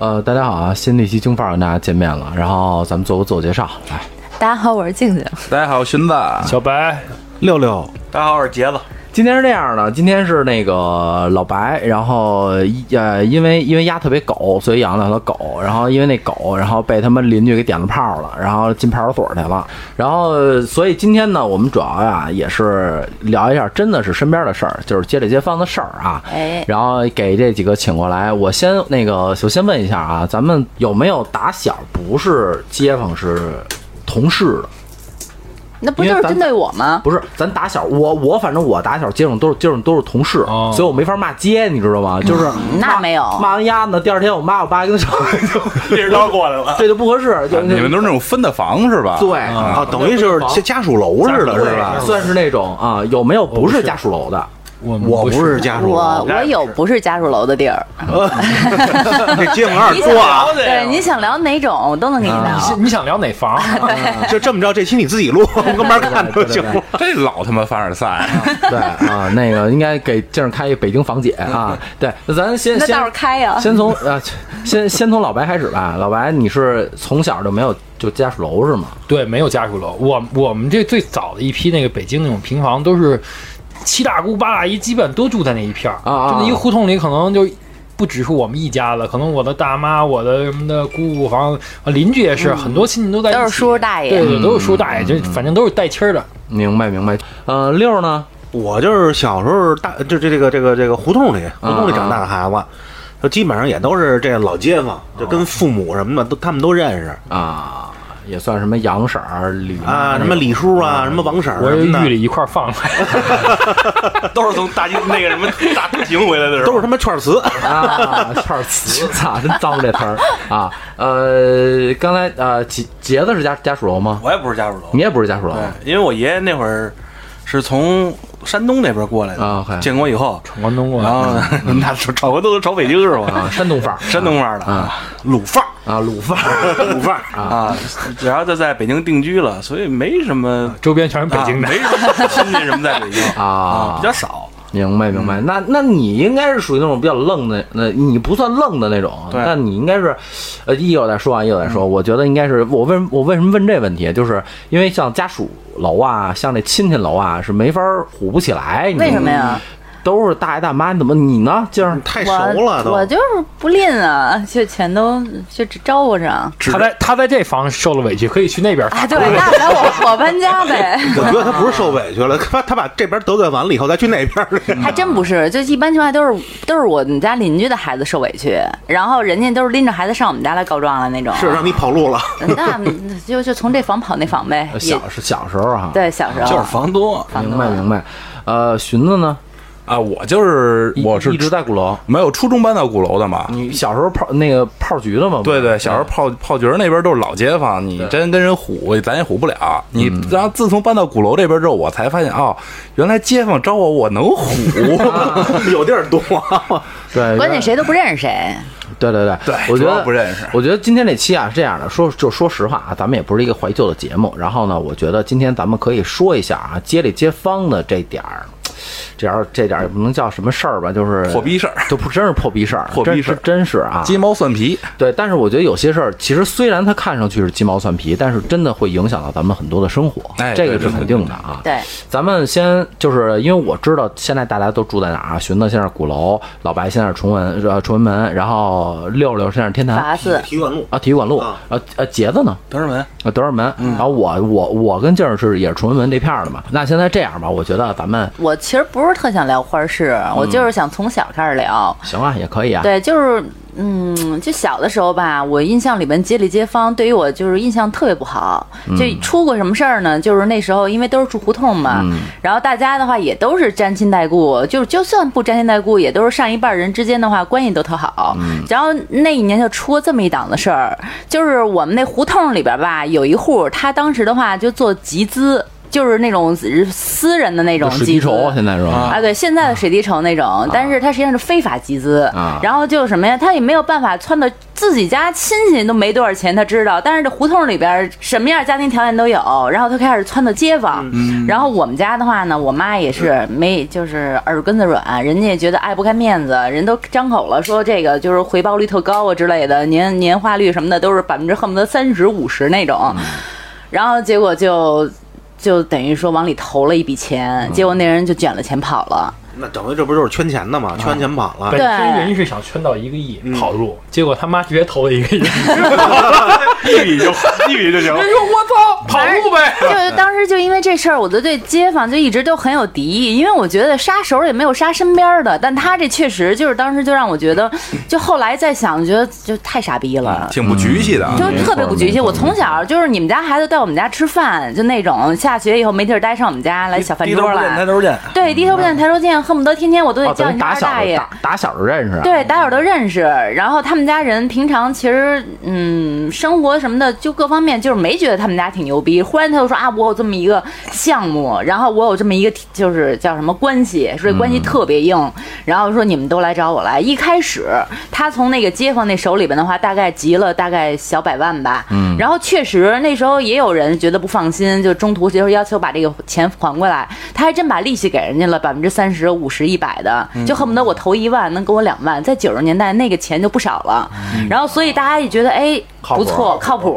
呃，大家好啊，新的一期京范儿跟大家见面了，然后咱们做个自我介绍，来，大家好，我是静静。大家好，我是荀子。小白，六六，大家好，我是杰子。今天是这样的，今天是那个老白，然后呃，因为因为鸭特别狗，所以养了条狗，然后因为那狗，然后被他们邻居给点了炮了，然后进派出所去了，然后所以今天呢，我们主要呀、也是聊一下，真的是身边的事儿，就是街里街坊的事儿啊，哎，然后给这几个请过来，我先那个首先问一下啊，咱们有没有打小不是街坊是同事的？那不就是针对我吗？不是，咱打小我我反正我打小街上都是街上都是同事，哦所以我没法骂街，你知道吗？就是那骂没有骂完鸭呢，第二天我妈我爸跟他吵， 一人刀过来了，这就不合适，就你们都是那种分的房是吧？对啊啊，等于是家家属楼似的，是吧？算是那种啊，有没有不是家属楼的？我们我不是家属我楼，我有不是家属楼的地儿，这街坊有 你点想多啊聊。对，你想聊哪种，我都能给你聊你。是你想聊哪房？ 就这么着，这期你自己 录，跟边看就行了。这老他妈凡尔赛，对啊，那个应该给静儿开一个北京房姐啊。对，那咱先那先待会儿开呀。先从啊，先先从老白开始吧。老白，你是从小就没有就家属楼是吗？对，没有家属楼。我我们这最早的一批那个北京那种平房，都是七大姑八大姨基本都住在那一片儿啊啊啊就那一个胡同里，可能就不只是我们一家了，可能我的大妈、我的什么的姑姑房邻居也是，很多亲戚都在一起，都是叔叔大爷对对，都是叔叔大爷，就反正都是带亲儿的。明白明白。呃，六儿呢？我就是小时候大，就这这个这个这个胡同里，胡同里长大的孩子，就基本上也都是这老街坊，就跟父母什么的都他们都认识啊，也算什么杨婶儿、李妈啊，什么李叔啊，什么王婶儿我什是么狱的，里一块儿放出来的， 都是从大金那个什么 大大庭回来的，都是他妈串儿词。啊， 串儿词，操，真脏这词儿啊。呃，刚才呃，杰杰子是家家属楼吗？我也不是家属楼你，也不是家属楼对，因为我爷爷那会儿是从山东那边过来啊的，OK，建国以后，广东过然啊来。后 那炒锅都是炒北京是吧？啊，山东范 儿，山东范儿的啊，鲁范儿啊，鲁范儿，午饭啊，然后就在北京定居了，所以没什么周边全是北京的啊，没 什么亲戚什么在北京啊 比较少。明白明白。嗯那那你应该是属于那种比较愣的，那你不算愣的那种，对那你应该是，呃，一会儿再说啊，一会儿再嗯说。我觉得应该是我为我为什么问这问题，就是因为像家属楼啊，像这亲戚楼啊，是没法儿唬不起来。你为什么呀？嗯都是大爷大妈，你怎么你呢？静儿，太熟了我都。我就是不吝啊，就全都就只招呼上。他在他在这房受了委屈，可以去那边啊啊，对，大不了 我我搬家呗。我觉得他不是受委屈了，他他把这边得罪完了以后，再去那边去。还真不是，就一般情况下都是都是我们家邻居的孩子受委屈，然后人家都是拎着孩子上我们家来告状了那种。是让你跑路了，那就就从这房跑那房呗。也小时小时候哈、对小时候就是房东，房明东白明白。呃，荀子呢？啊，我就是一我是一直在鼓楼。没有初中搬到鼓楼的嘛。你小时候炮那个炮局的吗？对对，小时候炮炮局儿那边都是老街坊，你真跟人唬，咱也唬不了。你然后自从搬到鼓楼这边之后，我才发现哦，原来街坊招我，我能唬。有地儿多。对，关键谁都不认识谁。对对对对我觉主得要不认识我觉得今天这期啊是这样的，说就说实话啊，咱们也不是一个怀旧的节目。然后呢，我觉得今天咱们可以说一下啊，街里街坊的这点儿，这点儿这点儿也不能叫什么事儿吧，就是破逼事儿就不真是破逼事儿，破逼事儿真真是啊，鸡毛蒜皮，对，但是我觉得有些事儿，其实虽然它看上去是鸡毛蒜皮，但是真的会影响到咱们很多的生活，哎这个对是对肯定的啊。对，咱们先就是因为我知道现在大家都住在哪儿啊，荀子现在是鼓楼，老白现在是崇文呃崇文门，然后六六现在是天坛法四体育馆路啊体育馆路，啊呃呃杰子呢？德胜门呃，德胜门，然后我我我跟静儿是也是崇文门这片儿的嘛。那现在这样吧，我觉得咱们我其实不是特想聊花市，我就是想从小开始聊。行啊，也可以啊。对，就是嗯，就小的时候吧，我印象里面街里街坊对于我就是印象特别不好。就出过什么事儿呢？就是那时候因为都是住胡同嘛，然后大家的话也都是沾亲带故，就是就算不沾亲带故，也都是上一辈儿人之间的话关系都特好。然后那一年就出过这么一档子事儿，就是我们那胡同里边吧，有一户他当时的话就做集资。就是那种私人的那种水集滴资筹现在是吧？啊，对，现在的水滴筹那种，但是它实际上是非法集资啊，然后就是什么呀，他也没有办法撺掇自己家亲戚都没多少钱，他知道，但是这胡同里边什么样家庭条件都有，然后他开始撺掇街坊，然后我们家的话呢，我妈也是没就是耳根子软，人家也觉得爱不开面子，人都张口了说这个就是回报率特高啊之类的，年年化率什么的都是百分之恨不得三十五十那种，然后结果就。就等于说往里投了一笔钱，结果那人就卷了钱跑了。那等于这不就是圈钱的吗？圈钱跑了本，对身人是想圈到一个亿跑路，结果他妈直接投了一个 亿，一笔就一笔就行。哎呦我操，跑 路呗！就是当时就因为这事儿，我就对街坊就一直都很有敌意，因为我觉得杀手也没有杀身边的，但他这确实就是当时就让我觉得， 就后来再想，觉得就太傻逼了。挺不局气的啊，就没特别错不局没气，错我从小就是你们家孩子带我们家吃饭，就那种下学以后没地儿待，上我们家来小饭低头桌不见抬来。头见，对，低头不见抬头见，恨不得天天我都得哦，叫咱你家打二小大就爷。打打小就认识啊，对，打小都认识。然后他们家人平常其实，嗯，生活什么的，就各方面就是没觉得他们家挺牛逼。忽然他就说啊，我有这么一个项目，然后我有这么一个就是叫什么关系，说这关系特别硬。然后说你们都来找我来。一开始他从那个街坊那手里边的话，大概集了大概小百万吧。嗯，然后确实那时候也有人觉得不放心，就中途就是要求把这个钱还过来，他还真把利息给人家了，百分之三十、五十、一百的，就恨不得我投一万能给我两万，在九十年代那个钱就不少了。然后所以大家也觉得哎谱不错靠谱，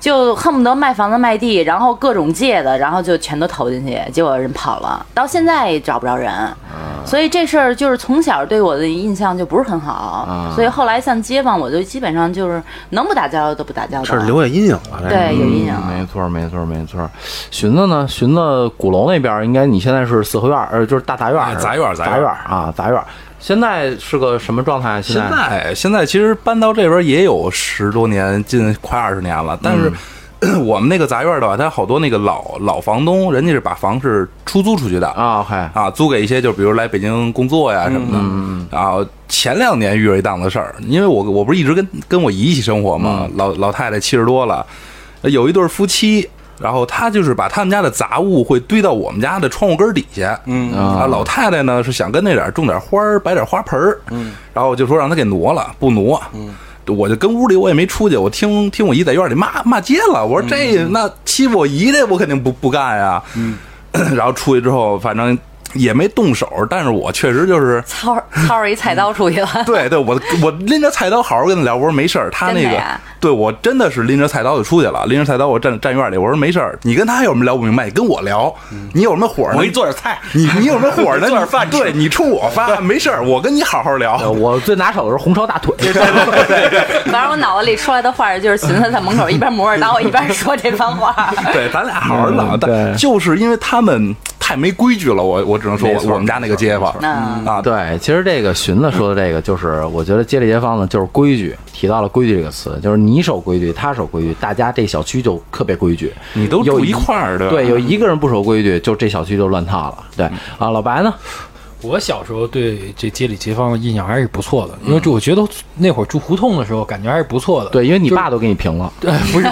就恨不得卖房子卖地，然后各种借的，然后就全都投进去，结果人跑了，到现在也找不着人。所以这事儿就是从小对我的印象就不是很好，所以后来像街坊，我就基本上就是能不打交道都不打交道。这是留下阴影了。这对有阴影啊嗯没错，没错，没错。寻子呢？寻子鼓楼那边儿应该你现在是四合院儿，呃，就是大杂院儿哎是吧，杂院儿杂杂院儿院儿啊，杂院儿。现在是个什么状态？啊现现在现在其实搬到这边也有十多年，近快二十年了。但是、 我们那个杂院的话，它好多那个老老房东，人家是把房是出租出去的啊，OK，啊，租给一些就比如来北京工作呀什么的。然后前两年遇着一档子事儿，因为我我不是一直跟跟我姨一起生活嘛，老老太太七十多了，呃有一对夫妻。然后她就是把他们家的杂物会堆到我们家的窗户根儿底下，嗯啊，老太太呢是想跟那点儿种点花儿，摆点花盆儿，嗯，然后我就说让她给挪了，不挪，嗯，我就跟屋里我也没出去，我听听我姨在院里骂骂街了，我说这、那欺负我姨这我肯定不不干呀，嗯， 然后出去之后反正也没动手，但是我确实就是操操着一菜刀出去了。 对对，我我拎着菜刀好好跟他聊，我说没事儿，他那真的个呀，对我真的是拎着菜刀就出去了，拎着菜刀我站站院里，我说没事儿，你跟他有什么聊不明白，你跟我聊，你有什么火呢？我给你做点菜，你你有什么火呢？做点饭你对你出我发，没事儿，我跟你好好呃聊。我最拿手的是红烧大 腿， 反正我脑子里出来的话就是寻思在门口一边磨着刀一边说这番话。 对，咱俩好好聊，嗯但对就是因为他们太没规矩了，我我只能说没我错我们家那个街坊嗯，啊，对，其实这个寻子说的这个，就是我觉得街里街坊呢，就是规矩，提到了规矩这个词，就是你守规矩，他守规矩，大家这小区就特别规矩。你都有住一块儿对吧对，有一个人不守规矩，就这小区就乱套了。对啊，老白呢？我小时候对这街里街坊的印象还是不错的，因为这我觉得那会儿住胡同的时候感觉还是不错的。对，因为你爸都给你评了，哎，不是，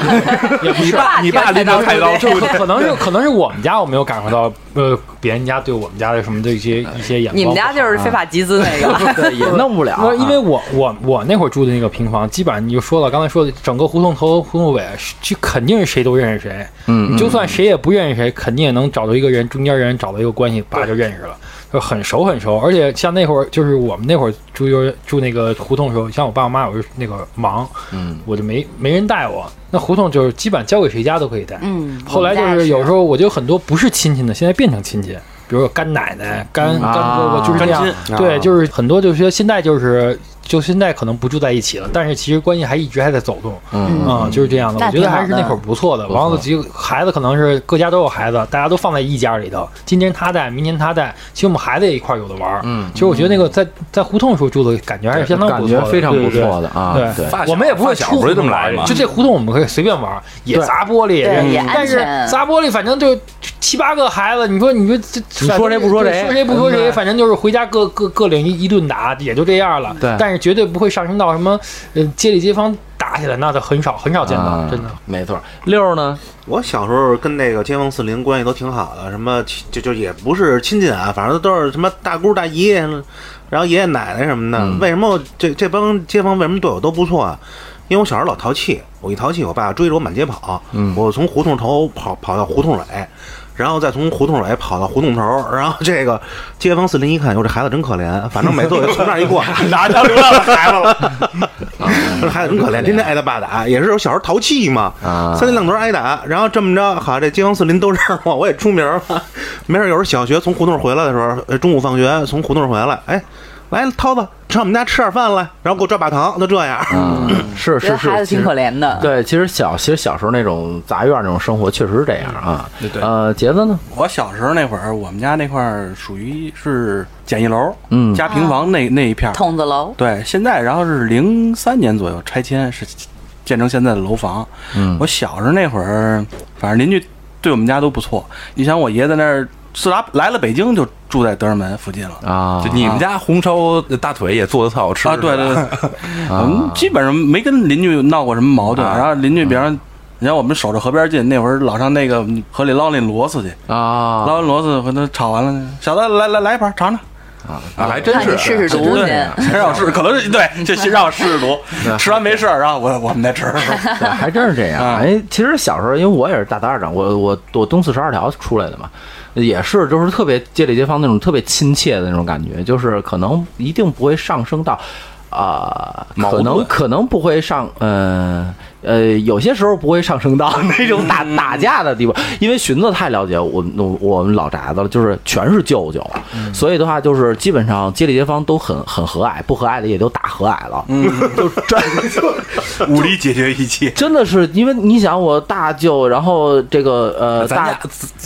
也不你是。爸你爸拎着菜刀出就去，可可能是可能是我们家我没有感受到，呃，别人家对我们家的什么的一些一些眼光不好。你们家就是非法集资那 个。对，也弄不了啊那。因为我我我那会儿住的那个平房，基本上你就说了，刚才说的整个胡同头胡同尾，是就肯定是谁都认识谁。嗯你就算谁也不认识谁，肯定也能找到一个人，中间人找到一个关系，叭就认识了，就很熟很熟。而且像那会儿，就是我们那会儿住幼儿住那个胡同的时候，像我爸我妈，我是那个忙，嗯，我就没没人带我。那胡同就是基本交给谁家都可以带。嗯，后来就是有时候我就很多不是亲戚的，现在变成亲戚。比如说干奶奶、干嗯干哥啊哥，就是这样。对，就是很多就是现在就是就现在可能不住在一起了，但是其实关系还一直还在走动，嗯嗯，就是这样的。那我觉得挺好还是那会儿不错的。不错完了，几个孩子可能是各家都有孩子，大家都放在一家里头，今年他带，明年他带，其实我们孩子也一块儿有的玩儿。嗯其实我觉得那个在在胡同时候住的感觉还是相当感不错觉的，非常对不对对错的啊。对对，发小我们也不会发小出不是这么胡同来的吗嗯就这 胡同我们可以随便玩，也对砸玻璃，对也但是安全砸玻璃反正就七八个孩子，你说你说这你说谁不说谁对说谁不嗯说谁，对反正就是回家各各各领一一顿打，也就这样了。对但是绝对不会上升到什么呃街里街坊打打起来，那倒很少很少见到，啊真的。没错。六儿呢？我小时候跟那个街坊四邻关系都挺好的，什么亲就就也不是亲近啊，反正都是什么大姑大姨，然后爷爷奶奶什么的。为什么我这这帮街坊为什么对我都不错啊？因为我小时候老淘气，我一淘气，我爸追着我满街跑，我从胡同头跑跑到胡同尾，然后再从胡同尾跑到胡同头，然后这个街坊四邻一看，哟，这孩子真可怜，反正每次我就从那儿一过，拿他流浪的孩子了。 这孩子真可怜，天天挨他爸打，也是有小时候淘气嘛，啊三天两头挨打，然后这么着，好，这街坊四邻都认识我，我也出名了。没事，有时候小学从胡同回来的时候，呃中午放学从胡同回来，哎，来涛子上我们家吃点饭来，然后给我抓把糖，就这样。啊嗯， 是觉得是是，孩子其挺实可怜的。对，其实小其实小时候那种杂院那种生活确实是这样啊。对对呃，杰子呢？我小时候那会儿，我们家那块儿属于是简易楼，嗯加平房那那一片儿。筒子楼，对，现在然后是零三年左右拆迁，是建成现在的楼房。嗯我小时候那会儿，反正邻居对我们家都不错。你想，我爷在那儿自打来了北京就住在德胜门附近了。啊就，你们家红烧大腿也做的特好吃啊，对对，是吧对，啊我们基本上没跟邻居闹过什么矛盾。然后嗯邻居，比方，你像我们守着河边近，那会儿老上那个河里捞那螺丝去，啊，捞完螺丝回头炒完了，小子来来来一盘尝尝。啊还真看你是啊试试哎毒对，啊去。先让我试，可能是对，这先让我试试毒，吃完没事儿，然后我我们再吃。 对，还真是这样。啊哎，其实小时候，因为我也是大大长，我我我东四十二条出来的嘛，也是就是特别街里街坊那种特别亲切的那种感觉，就是可能一定不会上升到。啊、矛可盾能可能不会上，呃呃，有些时候不会上升到嗯那种打打架的地步，因为荀子太了解我们我我们老宅子了，就是全是舅舅，嗯所以的话就是基本上街里街坊都很很和蔼，不和蔼的也都打和蔼了，嗯，就专武力解决一 切。真的是，因为你想，我大舅，然后这个呃咱大家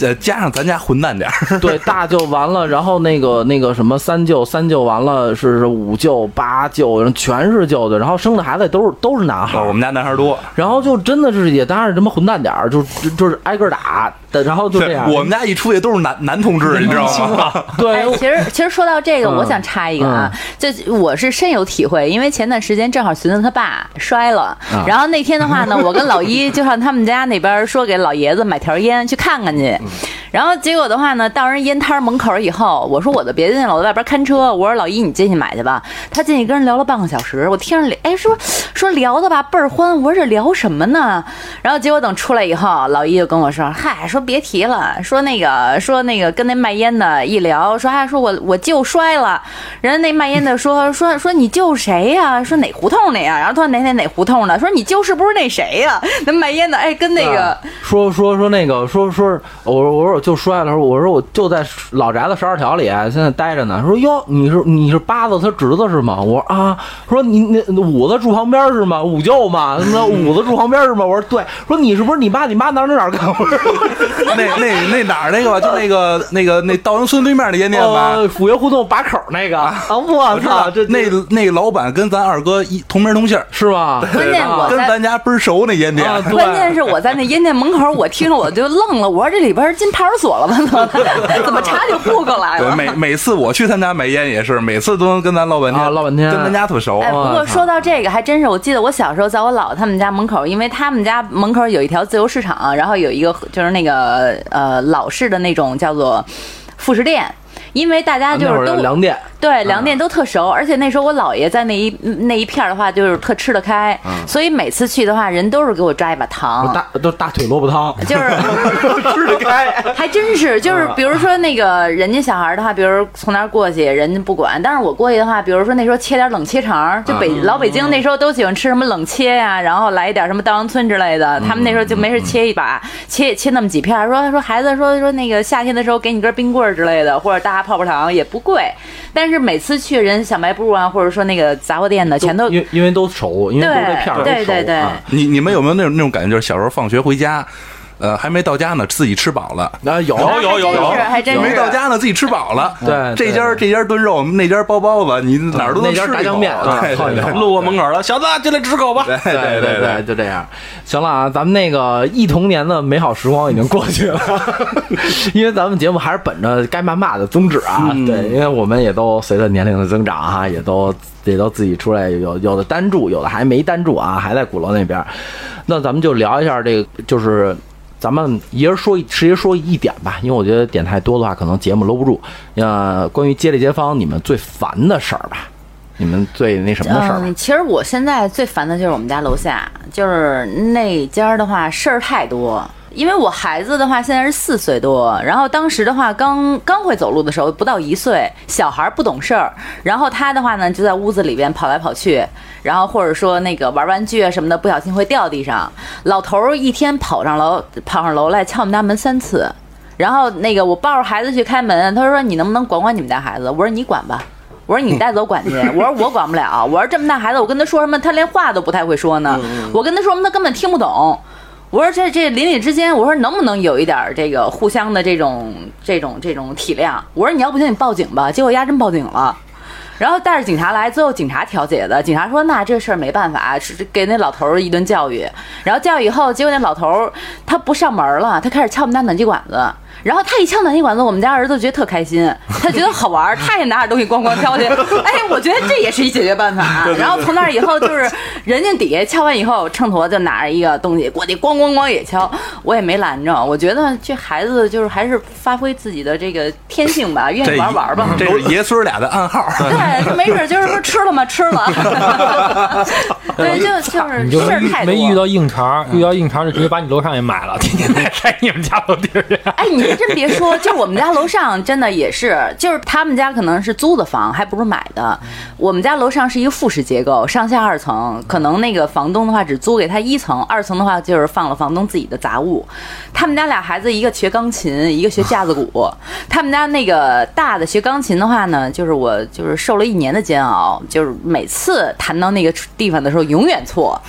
呃加上咱家混蛋点儿， 对大舅完了，然后那个 那个什么三舅，三舅完了是是五舅八舅，然后全是舅舅，然后生的孩子也都是都是男孩哦我儿，们家男孩多。然后就真的是也当然他妈混蛋点儿，就就就是挨个儿打，但然后就这对，啊样，我们家一出去都是男男同志，你知道吗？对哎，其实其实说到这个，嗯我想插一个啊，这我是深有体会，因为前段时间正好寻思他爸摔了，啊然后那天的话呢，我跟老一就上他们家那边说给老爷子买条烟去看看去，嗯然后结果的话呢，到人烟摊门口以后，我说我的别进了，我在外边看车，我说老一你进去买去吧，他进去跟人聊了半个小时，我听着聊哎说说聊的吧倍儿欢，我说这聊什么呢？然后结果等出来以后，老一就跟我说，嗨，说别提了，说那个说那个跟那卖烟的一聊，说哎说我我舅摔了，人家那卖烟的说 说说你舅谁呀、说哪胡同的呀？然后他说哪哪哪胡同的，说你舅是不是那谁呀、那卖烟的哎跟那个啊。说说说那个说说，我说我说我就摔了，说我说我就在老宅子十二条里，啊现在待着呢。说哟，你是你是八子他侄子是吗？我说啊，说你那五子住旁边是吗？五舅嘛，那五子住旁边是吗？我说对，说你是不是你爸你妈哪儿哪儿干？我说 那那那哪儿那个吧，就那个那个那稻香村对面那间店哦吧。呃，府学胡同把口那个啊，我我知道操，这那那老板跟咱二哥一同名同姓儿，是吧？关键我跟在咱 家倍儿熟那间店。啊，对关键是我在那烟店门口，我听着我就愣了，我说这里边儿进派出所了吗？怎么 怎么查起户口来 对，了？每每次我去他们家买烟也是，每次都能跟咱唠半啊天，唠半天跟咱家特熟。哎，不我过操说到这个，还真是，我记得我小时候在我姥姥他们家门口，因为他们家门口有一条自由市场，然后有一个就是那个呃老式的那种叫做副食店。因为大家就啊那会是儿嗯都粮店，对粮店都特熟，而且那时候我姥爷在那一那一片儿的话，就是特吃得开，所以每次去的话，人都是给我抓一嗯把我糖，大都大腿萝卜汤，就是 吃得开。 嗯还真是，就是比如说那个人家小孩的话，比如从那儿过去，人家不管；但是我过去的话，比如说那时候切点冷切肠儿，就嗯北、老北京那时候都喜欢吃什么冷切呀、然后来一点什么稻香村之类嗯的。他们那时候就没事切一把，切切那么几片儿，说说孩子说说那个夏天的时候给你根冰棍儿之类的，或者大家泡泡糖也不贵。但是每次去人小卖部啊，或者说那个杂货店的，全都因为因为都熟，因为对都这片儿都熟。对对对啊你你们有没有那种那种感觉，就是小时候放学回家，呃，还没到家呢，自己吃饱了。然后啊有有有有还有，真是还真是没到家呢，自己吃饱了。对这对家这家炖肉，那家包包子，你哪儿都能那家吃一口炸酱面对泡对一口对路过门口了，小子进来吃口吧。 对对对对，就这样。行了啊，咱们那个忆童年的美好时光已经过去了， 因为咱们节目还是本着该骂骂的宗旨啊。嗯对，因为我们也都随着年龄的增长哈、也都也都自己出来，有有的单住，有的还没单住啊，还在鼓楼那边儿。那咱们就聊一下这个，就是。咱们一人说一，直接说一点吧，因为我觉得点太多的话，可能节目搂不住。呃，关于街里街坊，你们最烦的事儿吧，你们最那什么的事儿吧嗯，，其实我现在最烦的就是我们家楼下，就是那家儿的话事儿太多。因为我孩子的话现在是四岁多，然后当时的话刚刚会走路的时候不到一岁，小孩儿不懂事儿，然后他的话呢就在屋子里边跑来跑去，然后或者说那个玩玩具啊什么的不小心会掉地上。老头儿一天跑上楼跑上楼来敲我们家门三次，然后那个我抱着孩子去开门，他说你能不能管管你们家孩子？我说你管吧。我说你带走管去，我说我管不了，我说这么大孩子，我跟他说什么，他连话都不太会说呢。我跟他说什么，他根本听不懂。我说这这邻里之间，我说能不能有一点儿这个互相的这种这种这种体谅？我说你要不行你报警吧，结果丫真报警了。然后带着警察来，最后警察调解的。警察说：“那这事儿没办法，是给那老头儿一顿教育。”然后教育以后，结果那老头儿他不上门了，他开始敲我们家暖气管子。然后他一敲暖气管子，我们家儿子觉得特开心，他觉得好玩儿，他也拿着东西咣咣敲去。哎，我觉得这也是一解决办法。然后从那以后，就是人家底下敲完以后，秤砣就拿着一个东西过去咣咣咣也敲，我也没拦着。我觉得这孩子就是还是发挥自己的这个天性吧，愿这意玩儿玩儿吧。这是爷孙俩的暗号。 对，就没准就是说吃了吗？吃了。对，就就是啊你就事儿太多。没遇到硬茬嗯儿，遇到硬茬儿就直接把你楼上也买了，天天在在你们家楼底 下。 哎，你还真别说，就我们家楼上真的也是，就是他们家可能是租的房，还不是买的。我们家楼上是一个复式结构，上下二层，可能那个房东的话只租给他一层，二层的话就是放了房东自己的杂物。他们家俩孩子，一个学钢琴，一个学架子鼓。他们家那个大的学钢琴的话呢，就是我就是受了一年的煎熬，就是每次弹到那个地方的时候，永远错，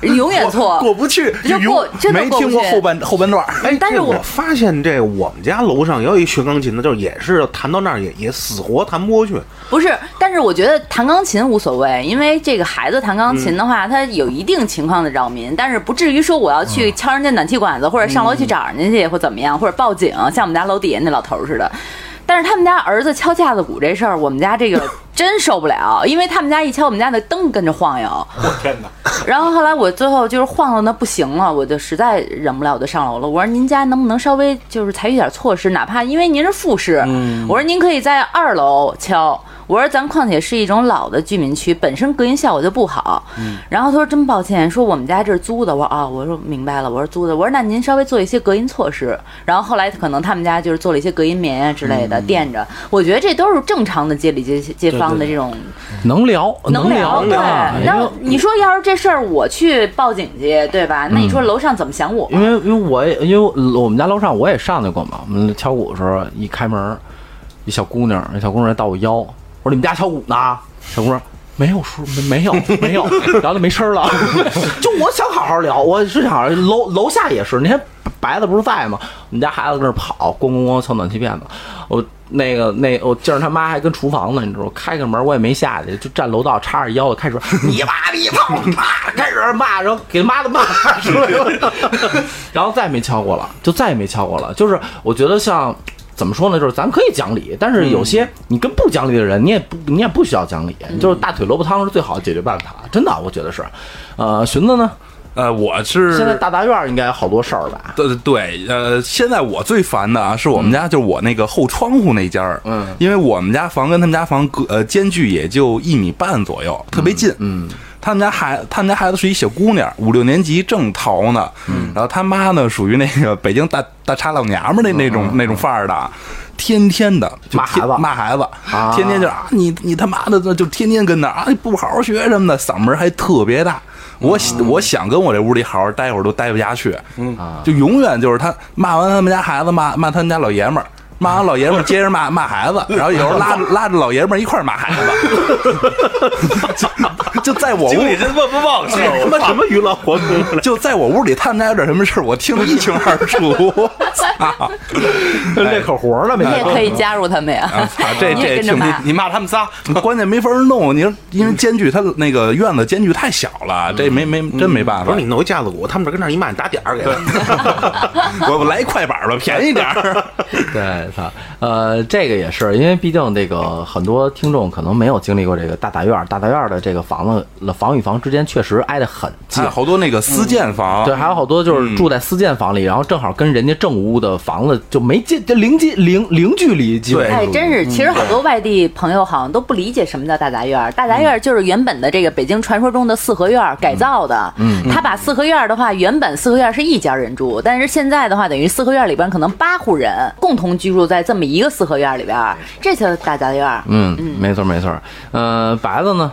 永远错，过不去，就过永真的没过不听过去后半后半段儿。 哎，但是这我我发现这我们家楼上也有一学钢琴的，就是也是弹到那儿也也死活弹不过去。不是，但是我觉得弹钢琴无所谓，因为这个孩子弹钢琴的话，他有一定情况的扰民，但是不至于说我要去敲人家暖气管子，或者上楼去找人家去，或怎么样，或者报警，像我们家楼底下那老头儿似的。 但是他们家儿子敲架子鼓这事儿，我们家这个真受不了，因为他们家一敲，我们家的灯跟着晃悠。 然后后来我最后就是晃荡的不行了，我就实在忍不了，我就上楼了。我说您家能不能稍微就是采取点措施，哪怕因为您是复式，我说您可以在二楼敲。我说咱况且是一种老的居民区，本身隔音效果就不好。然后他说真抱歉，说我们家这是租的。我说啊，我说明白了，我说租的。我说那您稍微做一些隔音措施。然后后来可能他们家就是做了一些隔音棉啊之类的垫着。我觉得这都是正常的街里街街坊的这种能聊，哦能聊，对。啊因然为后你说要是这事儿我去报警去，对吧？那你说楼上怎么想我？因为因为我也因为我们家楼上我也上去过嘛，我们敲鼓的时候一开门，一小姑娘，那小姑娘到我腰，我说你们家敲鼓呢？小姑娘。没有叔，没没有没有，然后就没声儿了。就我想好好聊，我是想好好楼楼下也是，那天白子不是在吗？我们家孩子跟那儿跑，咣咣咣敲暖气片子。我那个那我劲儿他妈还跟厨房呢，你知道，我开个门我也没下去，就站楼道叉着腰子开始说你妈逼操你妈，开始骂，然后给他妈的骂出来了，然后再也没敲过了，就再也没敲过了。就是我觉得像。怎么说呢？就是咱可以讲理，但是有些你跟不讲理的人，你也不你也不需要讲理，就是大腿萝卜汤是最好的解决办法，真的，我觉得是。呃，寻子呢？呃，我是现在大杂院儿应该好多事儿吧？对对，呃，现在我最烦的啊，是我们家、就是我那个后窗户那家嗯，因为我们家房跟他们家房隔呃间距也就一米半左右，特别近，嗯。他们家孩他们家孩子是一小姑娘，五六年级正淘呢，然后他妈呢属于那个北京大大碴老娘们儿那那种、那种范儿的啊，天天的就骂孩天子骂孩子，啊天天就啊你你他妈的就天天跟那儿啊你不好好学什么的，嗓门还特别大。我我想跟我这屋里好好待会儿都待不下去，啊，就永远就是他骂完他们家孩子，骂骂他们家老爷们儿，骂完老爷们儿接着骂骂孩子，然后有时候拉着拉着老爷们儿一块儿骂孩子， 就就在我经理屋。真他妈不忘事 儿，哎他妈什么鱼捞活动啊了？就在我屋里，他们家有点什么事儿，我听得一清二楚。 啊操！这口活儿了没你？也可以加入他们呀。啊，操这你也这跟着挺骂你骂他们 仨，关键没法弄，你说因为间距它那个院子间距太小嗯了，这没没真没办不法是。你弄一架子鼓，他们这跟那儿一骂，你打点儿给他。 我我来一快板吧，便宜点 儿。对，操，呃，这个也是，因为毕竟这个很多听众可能没有经历过这个大杂院儿，大杂院儿的这个房子房与房之间确实挨得很近还有。啊好多那个嗯私建房，对，还有好多就是住在私建房里，然后正好跟人家正屋的房子就没近，就零近零零距离，基本上哎，真是，其实好多外地朋友好像都不理解什么叫大杂院儿。大杂院儿就是原本的这个北京传说中的四合院儿改造的。嗯，他把四合院儿的话，原本四合院儿是一家人住，但是现在的话，等于四合院儿里边可能八户人共同居住在这么一个四合院儿里边儿，这叫大杂院儿。嗯，没错没错。呃，白子 呢？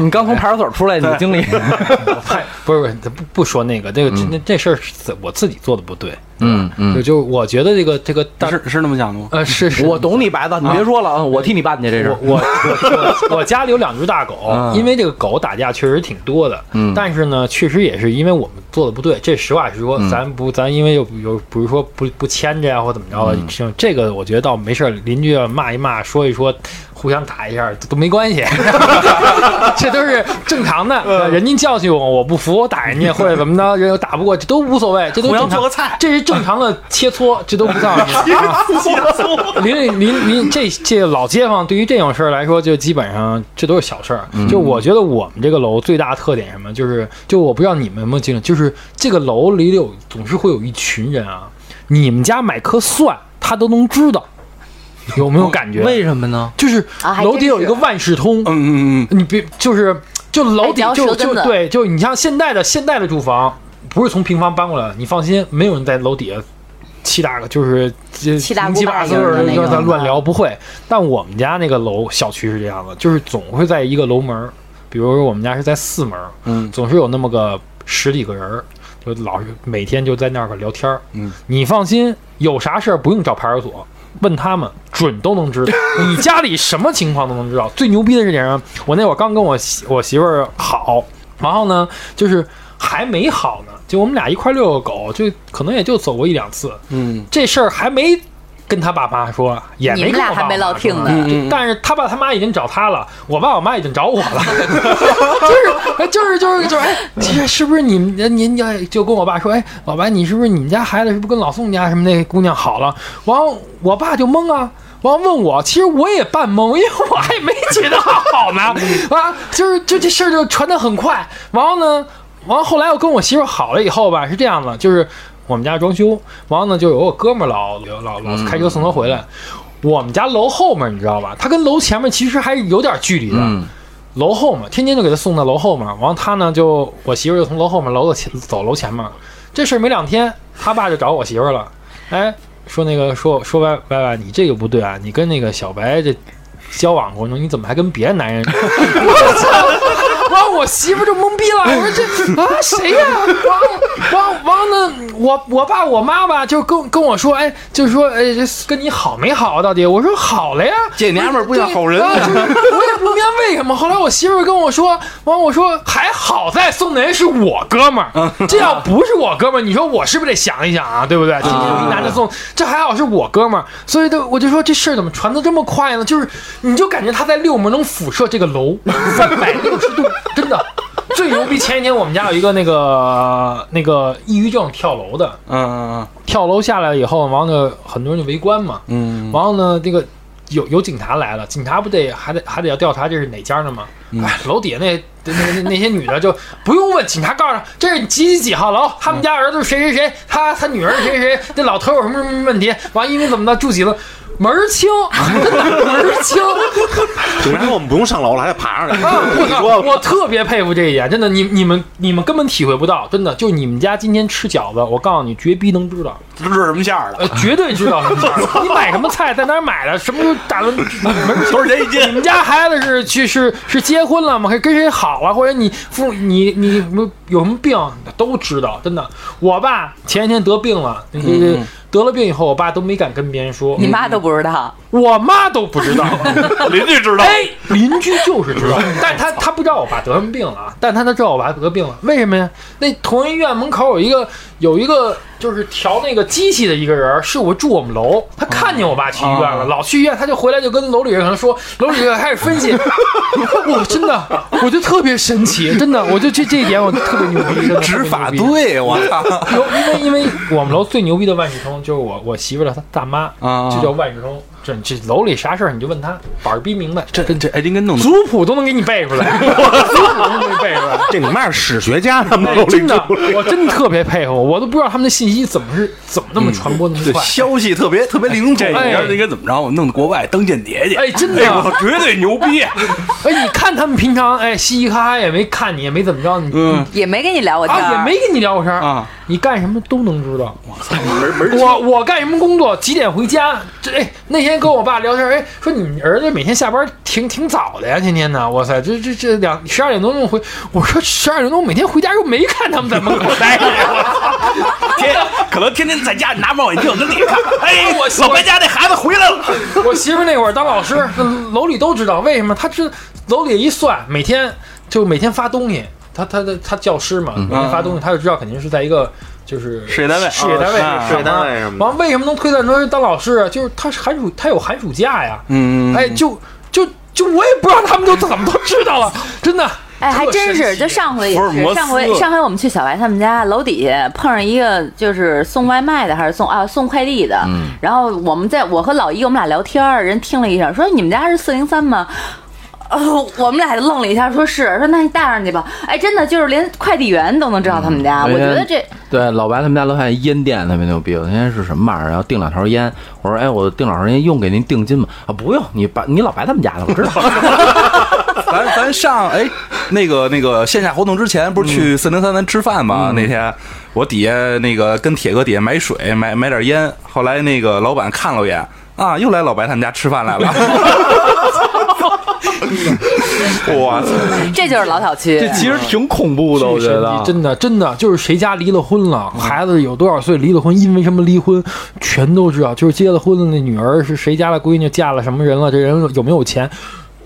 你刚从派出所出来，你经 理太不是不是不不说那个，那个嗯那这事儿是我自己做的不对，嗯嗯就就我觉得这个这个大是是那么讲的吗？呃是是我懂你白子，你别说了啊，我替你办去这事儿我。我我我我家里有两只 大狗，啊因为这个狗打架确实挺多的，嗯，但是呢，确实也是因为我们做的不对，这实话实嗯说，咱不咱因为有有比如说不不牵着呀或怎么着的，啊嗯这这个我觉得倒没事儿，邻居啊骂一骂，说一说。互相打一下都都没关 系， 这都是正常嗯的。人家教训我，我不服，我打人家或者怎么着，人又打不过，这都无所谓，这都互相正常做个菜这是正常的切磋，这都不算什么。啊邻邻邻，这这老街坊对于这种事儿来说，就基本上这都是小事儿。嗯就我觉得我们这个楼最大的特点是什么，就是就我不知道你们有没有经历，就是这个楼里有总是会有一群人啊，你们家买颗蒜，他都能知道，有没有感觉？为什么呢？就是啊还真楼底有一个万事通，嗯嗯嗯，你别就是就楼底哎还嚼舌就根就子对，就你像现代的现代的住房，不是从平房搬过来的，你放心，没有人在楼底下七大个就是这七大姑七八八大碎儿姨的那在种乱聊，不会。但我们家那个楼小区是这样的，就是总会在一个楼门儿，比如说我们家是在四门，嗯，总是有那么个十几个人儿。就老是每天就在那儿聊天儿，嗯，你放心，有啥事儿不用找派出所，问他们准都能知道，你家里什么情况都能知道。最牛逼的是点呢，我那会儿刚跟我媳我媳妇儿好，然后呢，就是还没好呢，就我们俩一块儿遛个狗，就可能也就走过一两次，嗯，这事儿还没。跟他爸妈说，也你没们跟俩我爸还没我妈落听说呢就但是他爸他妈已经找他了，我爸我妈已经找我了， 就是哎就是就是就是，哎，这是不是你们呃您要就跟我爸说，哎，老白，你是不是你们家孩子是不是跟老宋家什么那姑娘好了？完，我爸就懵啊。完问我，其实我也半懵，因为我还没觉得好呢，啊，就是就这事儿就传得很快。然后呢，完后来我跟我媳妇好了以后吧，是这样的，就是我们家装修，完后呢就有我哥们儿老老老开车送他回来。我们家楼后面你知道吧？他跟楼前面其实还是有点距离的。楼后面，天天就给他送到楼后面。完，他呢就我媳妇儿就从楼后面楼到前走楼前面。这事儿没两天，他爸就找我媳妇儿了，哎，说那个说说歪歪歪，你这个不对啊，你跟那个小白这交往过程中，你怎么还跟别的男 人？我操！完，我媳妇儿就懵逼了，我说这啊谁呀、完完完呢，我我爸我妈吧，就跟跟我说，哎，就是说，哎，这跟你好没好啊到底？我说好了呀，这娘们儿不像好人对啊就是我也不明白为什么。后来我媳妇儿跟我说，完我说还好在送的人是我哥们儿，这要不是我哥们儿，你说我是不是得想一想啊？对不对？今天有一男的送，这还好是我哥们儿，所以就我就说这事儿怎么传的这么快呢？就是你就感觉他在六门能辐射这个楼三百六十度，真的。最牛逼！前几天我们家有一个那个那个抑郁症跳楼的，嗯嗯跳楼下来以后，完了很多人就围观嘛，嗯，完后呢，那个有有警察来了，警察不得还得还得要调查这是哪家的吗？嗯哎，楼底下那那那那些女的就不用问，警察告诉她这是几几几号楼，他们家儿子是谁谁谁，他他女儿是谁谁谁，那老头有什么什么问题，完因为怎么的住几楼，门儿 清，真的门儿清。警察说我们不用上楼了，还得爬上来。啊，你 我说吧我特别佩服这一点，真的，你你们你们根本体会不到，真的，就你们家今天吃饺子，我告诉你，绝逼能知道。嗯，这是什么馅儿的？呃，绝对知道什么事儿。你买什么菜，在哪儿买的，什么时候打的，多少钱一斤？你们家孩子是去是是结婚了吗？还跟谁好啊？或者你父你你有什么病都知道，真的。我爸前一天得病了，那个得了病以后，我爸都没敢跟别人说，你妈都不知道，我妈都不知道， 邻居知道，哎，邻居就是知道，但他他不知道我爸得什么病了啊，但他能知道我爸得病了，为什么呀？那同仁医院门口有一个有一个就是调那个机器的一个人，是我住我们楼，他看见我爸去医院了，老去医院，他就回来就跟楼里人可能 说，楼里人开始分析， 我真的我就特别神奇，真的，我就这这一点我特别牛逼，真的执法特别牛逼队，我操！ 有，因为因为我们楼最牛逼的万事通就是我我媳妇儿的她大妈，啊就叫万事通。这这楼里啥事儿你就问她，板儿逼明白，这这哎，应该弄的族谱都能给你背出 来，族谱都能给你背出来。啊这你妈是史学家，他们哎都真的，我真的特别佩服，我都不知道他们的信息怎么是怎么那么传播那么对， 快。消息特别特别灵这通你。哎要是应该怎么着？我弄到国外当间谍去，哎，真的，我绝对牛逼。哎，你看他们平常哎嘻嘻哈哈也没看你，也没怎么着你，嗯也没跟你聊过天啊儿，也没跟你聊过天儿啊，你干什么都能知道。我我干什么工作，几点回家？这哎，那天跟我爸聊天，哎，说你儿子每天下班挺挺早的呀，天天的，哇塞，这这这两十二点多钟回，我说十二点钟每天回家又没看他们在门口待着， 天，可能天天在家拿望远镜跟你看。哎，我老白家那孩子回来了， 我媳妇儿那会儿当老师，那楼里都知道，为什么？她知楼里一算，每天就每天发东西，她她的她教师嘛，每天发东西，她就知道肯定是在一个就是事业单位事业单位上班啊事业单位什么的完，为什么能推断出来当老师啊？就是她是寒暑，她有寒暑假呀。嗯哎，就就就我也不知道他们都怎么都知道了，真的。哎，还特真神是，奇就上回也福尔是，摩斯上回上回我们去小白他们家楼底下碰上一个就是送外卖的还是送啊送快递的，然后我们在我和老一我们俩聊天儿，人听了一下说你们家是四零三吗？呃，我们俩就愣了一下，说是，说那你带上去吧。哎，真的就是连快递员都能知道他们家，嗯我觉得这对，老白他们家楼下烟店特别牛逼，我那天是什么玩意儿？然后订两条烟，我说哎，我订两条烟用给您定金吗？啊，不用，你把你老白他们家的，我知道。 咱咱上哎，那个那个线下活动之前不是嗯去四零三咱吃饭吗？那天我底下那个跟铁哥底下买水买买点烟，后来那个老板看了我一眼啊，又来老白他们家吃饭来哎了。我操！这就是老小区。 这其实挺恐怖 的，我嗯觉神得啊奇真的真的就是谁家离了婚了，孩子有多少岁离了婚，因为什么离婚，全都知道。就是结了婚的那女儿是谁家的闺女，嫁了什么人了，这人有没有钱。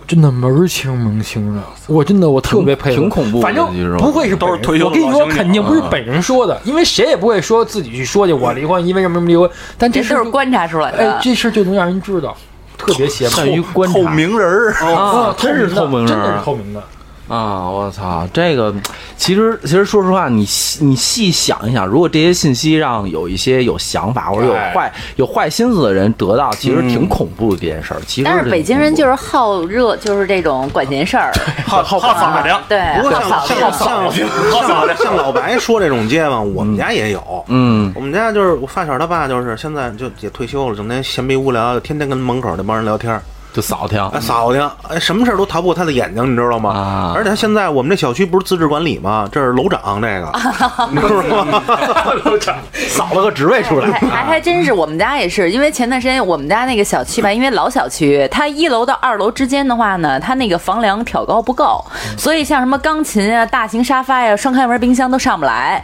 真的门儿清门清的，我真的我特别佩服，挺恐怖的反正其实嗯不会是本人都是退休的我跟你说，老刑警肯定不是本人说的，因为谁也不会说自己去说去我离婚，因为什么什么离婚。但这这事都是儿就观察出来哎的，，这事儿就能让人知道，特别邪善于门观察透明人儿，啊，透真是明的透明人真的儿是透明的。啊！我操，这个其实其实说实话，你细你细想一想，如果这些信息让有一些有想法或者有哎坏有坏心思的人得到，其实挺恐怖的这件事儿。其实嗯但是北京人就是是好热，就是这种管闲事儿，好好好扫把凉。对，不过像哎好扫像像好扫像像像老白说这种街坊，我们家也有。嗯，我们家就是我发小他爸，就是现在就也退休了，整天闲逼无聊，天天跟门口那帮人聊嗯天儿，就扫听，哎，扫听，哎，什么事儿都逃不过他的眼睛，你知道吗？啊而且他现在我们这小区不是自治管理吗？这是楼长，这 个你知道吗？扫了个职位出来。还还还真是，我们家也是，因为前段时间我们家那个小区吧，因为老小区，它一楼到二楼之间的话呢，它那个房梁挑高不够，所以像什么钢琴啊、大型沙发呀、双开门冰箱都上不来。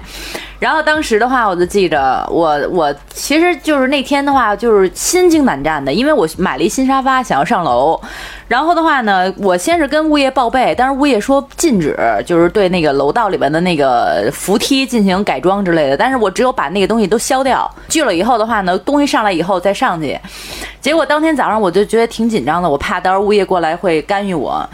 然后当时的话，我就记着，我我其实就是那天的话，就是心惊胆战的，因为我买了一新沙发，想要上楼。然后的话呢，我先是跟物业报备，但是物业说禁止，就是对那个楼道里边的那个扶梯进行改装之类的。但是我只有把那个东西都消掉，锯了以后的话呢，东西上来以后再上去。结果当天早上我就觉得挺紧张的，我怕到时候物业过来会干预我。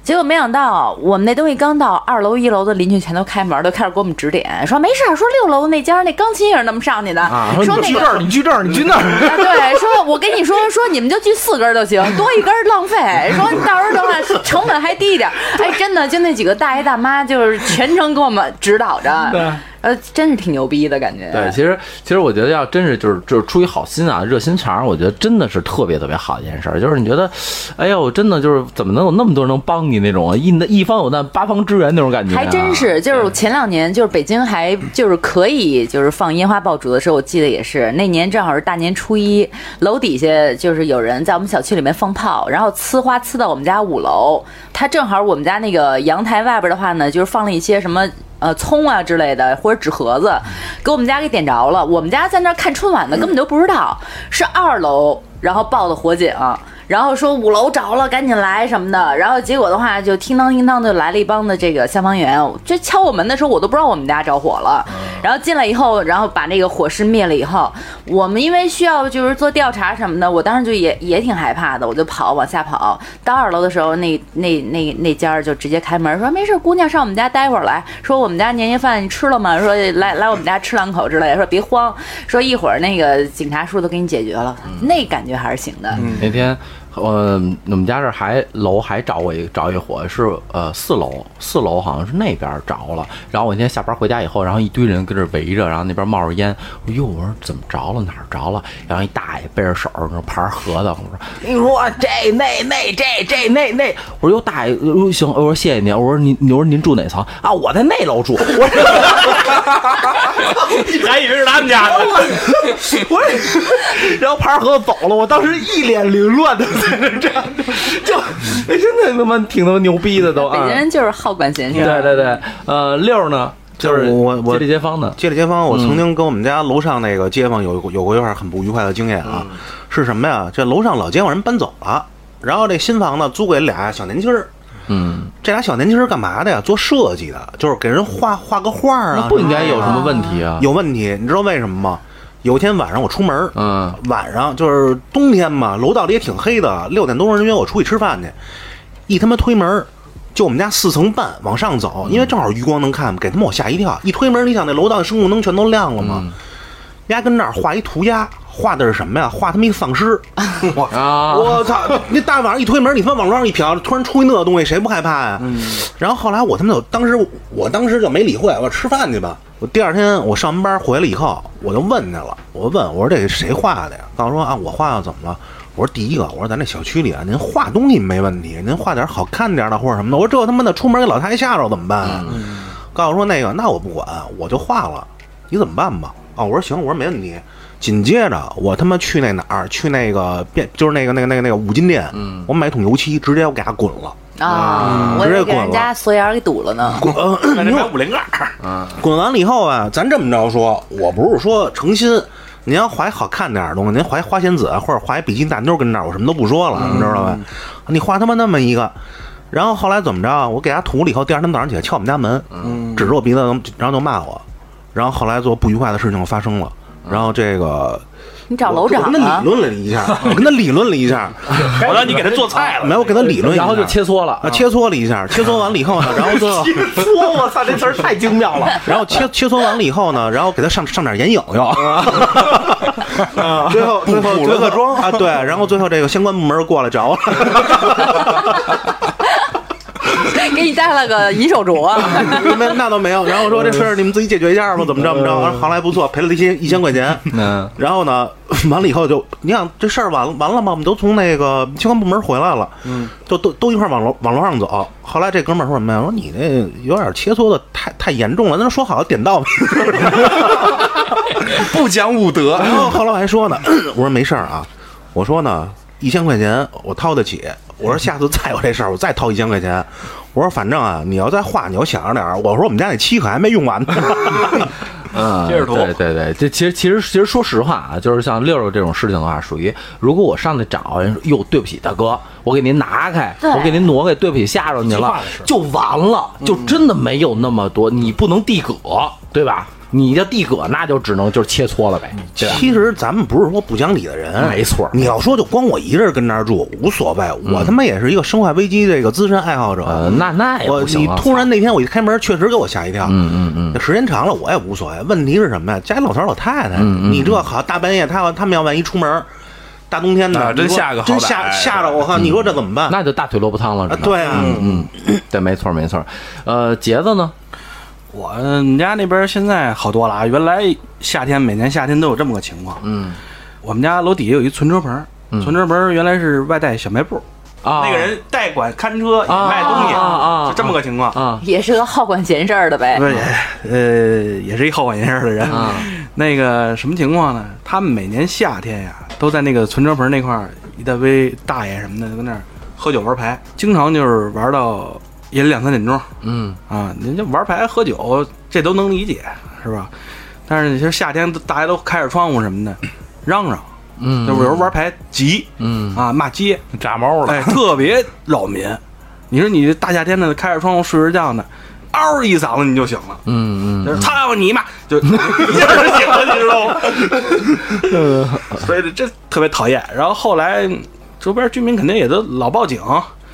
结果没想到，我们那东西刚到二楼、一楼的邻居全都开门，都开始给我们指点，说没事儿，说六楼那家那钢琴也是那么上去的，说那个啊你去这儿，你去那儿，啊，对，说我跟你说说，你们就锯四根儿就行，多一根儿浪费。说你到时候的话，成本还低一点儿。哎，真的，就那几个大爷大妈，就是全程给我们指导着，呃，真是挺牛逼的感觉。对，其实其实我觉得要真是就是就是出于好心啊，热心肠，我觉得真的是特别特别好的一件事儿。就是你觉得，哎呦，真的就是怎么能有那么多人能帮你那种啊，一一方有难八方支援那种感觉、啊，还真是，就是前两年，就是北京还就是可以就是放烟花爆竹的时候，我记得也是那年正好是大年初一，楼底下就是有人在我们小区里面放炮，然后呲花呲到我们家五楼，他正好我们家那个阳台外边的话呢，就是放了一些什么。呃葱啊之类的，或者纸盒子，给我们家给点着了。我们家在那儿看春晚呢，根本就不知道是二楼，然后报的火警。然后说五楼着了，赶紧来什么的。然后结果的话，就叮当叮当就来了一帮的这个消防员。这敲我门的时候，我都不知道我们家着火了。然后进来以后，然后把那个火势灭了以后，我们因为需要就是做调查什么的，我当时就也也挺害怕的，我就跑往下跑。到二楼的时候，那那那那家儿就直接开门说没事，姑娘上我们家待会儿来。说我们家年夜饭你吃了吗？说来来我们家吃两口之类的。说别慌，说一会儿那个警察叔都给你解决了。那感觉还是行的。那天，呃，我们家这儿还楼还着过一着一火，是呃四楼，四楼好像是那边着了。然后我那天下班回家以后，然后一堆人跟这儿围着，然后那边冒着烟，我哟，我说怎么着了？哪儿着了？然后一大爷背着手那盘核桃，我说你说这那那这这那那，我说哟大爷，哟行，我说谢谢您，我说您，我说您住哪层啊？我在那楼住。我说还以为是他们家的， 我也，然后盘盒走了，我当时一脸凌乱的在那站着，就哎真的他妈挺他妈牛逼的都北啊！京人就是好管闲事。对对对，呃，六呢就是我我街里街坊的，街里街坊，我曾经跟我们家楼上那个街坊有有过一块很不愉快的经验啊，嗯是什么呀？这楼上老街坊人搬走了，然后这新房呢租给俩小年轻儿，嗯，这俩小年轻儿干嘛的呀？做设计的，就是给人画画个画儿啊，那不应该有什么问题啊。有问题，你知道为什么吗？有一天晚上我出门儿，嗯晚上就是冬天嘛，楼道里也挺黑的，六点多钟人约我出去吃饭去，一他妈推门儿，就我们家四层半往上走，因为正好余光能看，给他们我吓一跳，一推门，你想那楼道声控灯全都亮了嘛，丫跟那儿画一涂鸦。画的是什么呀？画他妈一丧尸！我啊我操！那大晚上一推门，你他妈往桌上一瞟，突然出一那东西，谁不害怕呀？然后后来我他妈就当时我当时就没理会，我说吃饭去吧。我第二天我上完班回来以后，我就问去了，我问我说这谁画的呀？告诉我说啊我画的，怎么了？我说第一个，我说咱这小区里啊，您画东西没问题，您画点好看点的或者什么的。我说这他妈的出门给老太太吓着怎么办啊？告诉我说那个那我不管，我就画了，你怎么办吧？啊，我说行，我说没问题。紧接着我他妈去那哪儿？去那个变就是那个那个那个那个五金店，我买桶油漆，直接我给它滚了。啊，我嗯直接得给滚人了家锁眼儿给堵了呢。 那得买啊五连盖儿，滚完了以后啊，咱这么着说，我不是说诚心，您要画一好看点儿的东西，您画一花仙子啊或者画一比基尼大妞跟那儿，我什么都不说了，你知道吧？啊你画他妈那么一个，然后后来怎么着？啊我给他涂了以后，第二天早上起来敲我们家门，指着我鼻子，然后就骂我，然后后来做不愉快的事情发生了，然后这个你找我楼长我跟他啊理？论了一下，我跟他理论了 一下，我让你给他做菜没了。有，我跟他理论一下，然后就切磋了啊，切磋了一下，切磋完了以 后呢，然后最后磋，我操，这词儿太精妙了。然后切切磋完了以后呢，然后给他上上点眼影 药，啊最后最后补了个妆啊，对，然后最后这个相关部门过来找我了， 给你带了个银手镯 啊。嗯那那倒没有，然后说这事儿你们自己解决一下吧，怎么着怎么嗯着，然后后来不错，赔了一千一千块钱，嗯，然后呢， 完了以后就你想这事儿完了完了吗？我们都从那个相关部门回来了，嗯，就都都一块儿往楼往楼上走。后来这哥们儿说什么呀？说你那有点切磋的太太严重了，那说好点到。 不讲武德，然后后来我还说呢， 我说没事儿啊，我说呢，一千块钱我掏得起，我说下次再有这事儿我再掏一千块钱，我说反正啊，你要再画你要想着点儿，我说我们家那漆可还没用 完呢，啊嗯，接着涂对对对，这其实其实其实说实话啊，就是像六六这种事情的话，属于如果我上去找人说，哟，对不起大哥，我给您拿开，对我给您挪开，对不起吓着您计了划的事，就完了，就真的没有那么多，你不能地葛，对吧？你要地葛，那就只能就是切磋了呗，对吧？其实咱们不是说不讲理的人，没错嗯你要说就光我一人跟那儿住无所谓，我他妈也是一个生化危机这个资深爱好者。呃，那那也我不行你啊。突然那天我一开门，确实给我吓一跳。嗯嗯嗯，时间长了我也无所谓。问题是什么呀？家里老头老嗯太太，你这好大半夜，他他们要万一出门，大冬天的，啊真你说吓个好真歹吓吓着我嗯靠！你说这怎么办？那就大腿萝卜汤了，啊只能嗯对啊，对，没错没错。呃，杰子呢？我们家那边现在好多了啊，原来夏天每年夏天都有这么个情况。嗯我们家楼底下有一存车棚，存车棚原来是外带小卖部，啊，嗯那个人代管看车也啊卖东西，啊啊啊就这么个情况。啊，也是个好管闲事儿的呗不。是，呃，也是一好管闲事儿的人。啊那个什么情况呢？他们每年夏天呀，都在那个存车棚那块儿，一大堆大爷什么的跟那儿喝酒玩牌，经常就是玩到也两三点钟嗯啊，人家玩牌喝酒这都能理解是吧？但是其实夏天大家都开着窗户什么的，嚷嚷，嗯，就是有时候玩牌急嗯啊骂街，炸猫了，哎，特别扰民。你说你大夏天的开着窗户睡着觉呢，嗷一嗓子你就醒了，嗯就是操你妈， 就 一下就醒了，你知道吗？所以这特别讨厌。然后后来周边居民肯定也都老报警，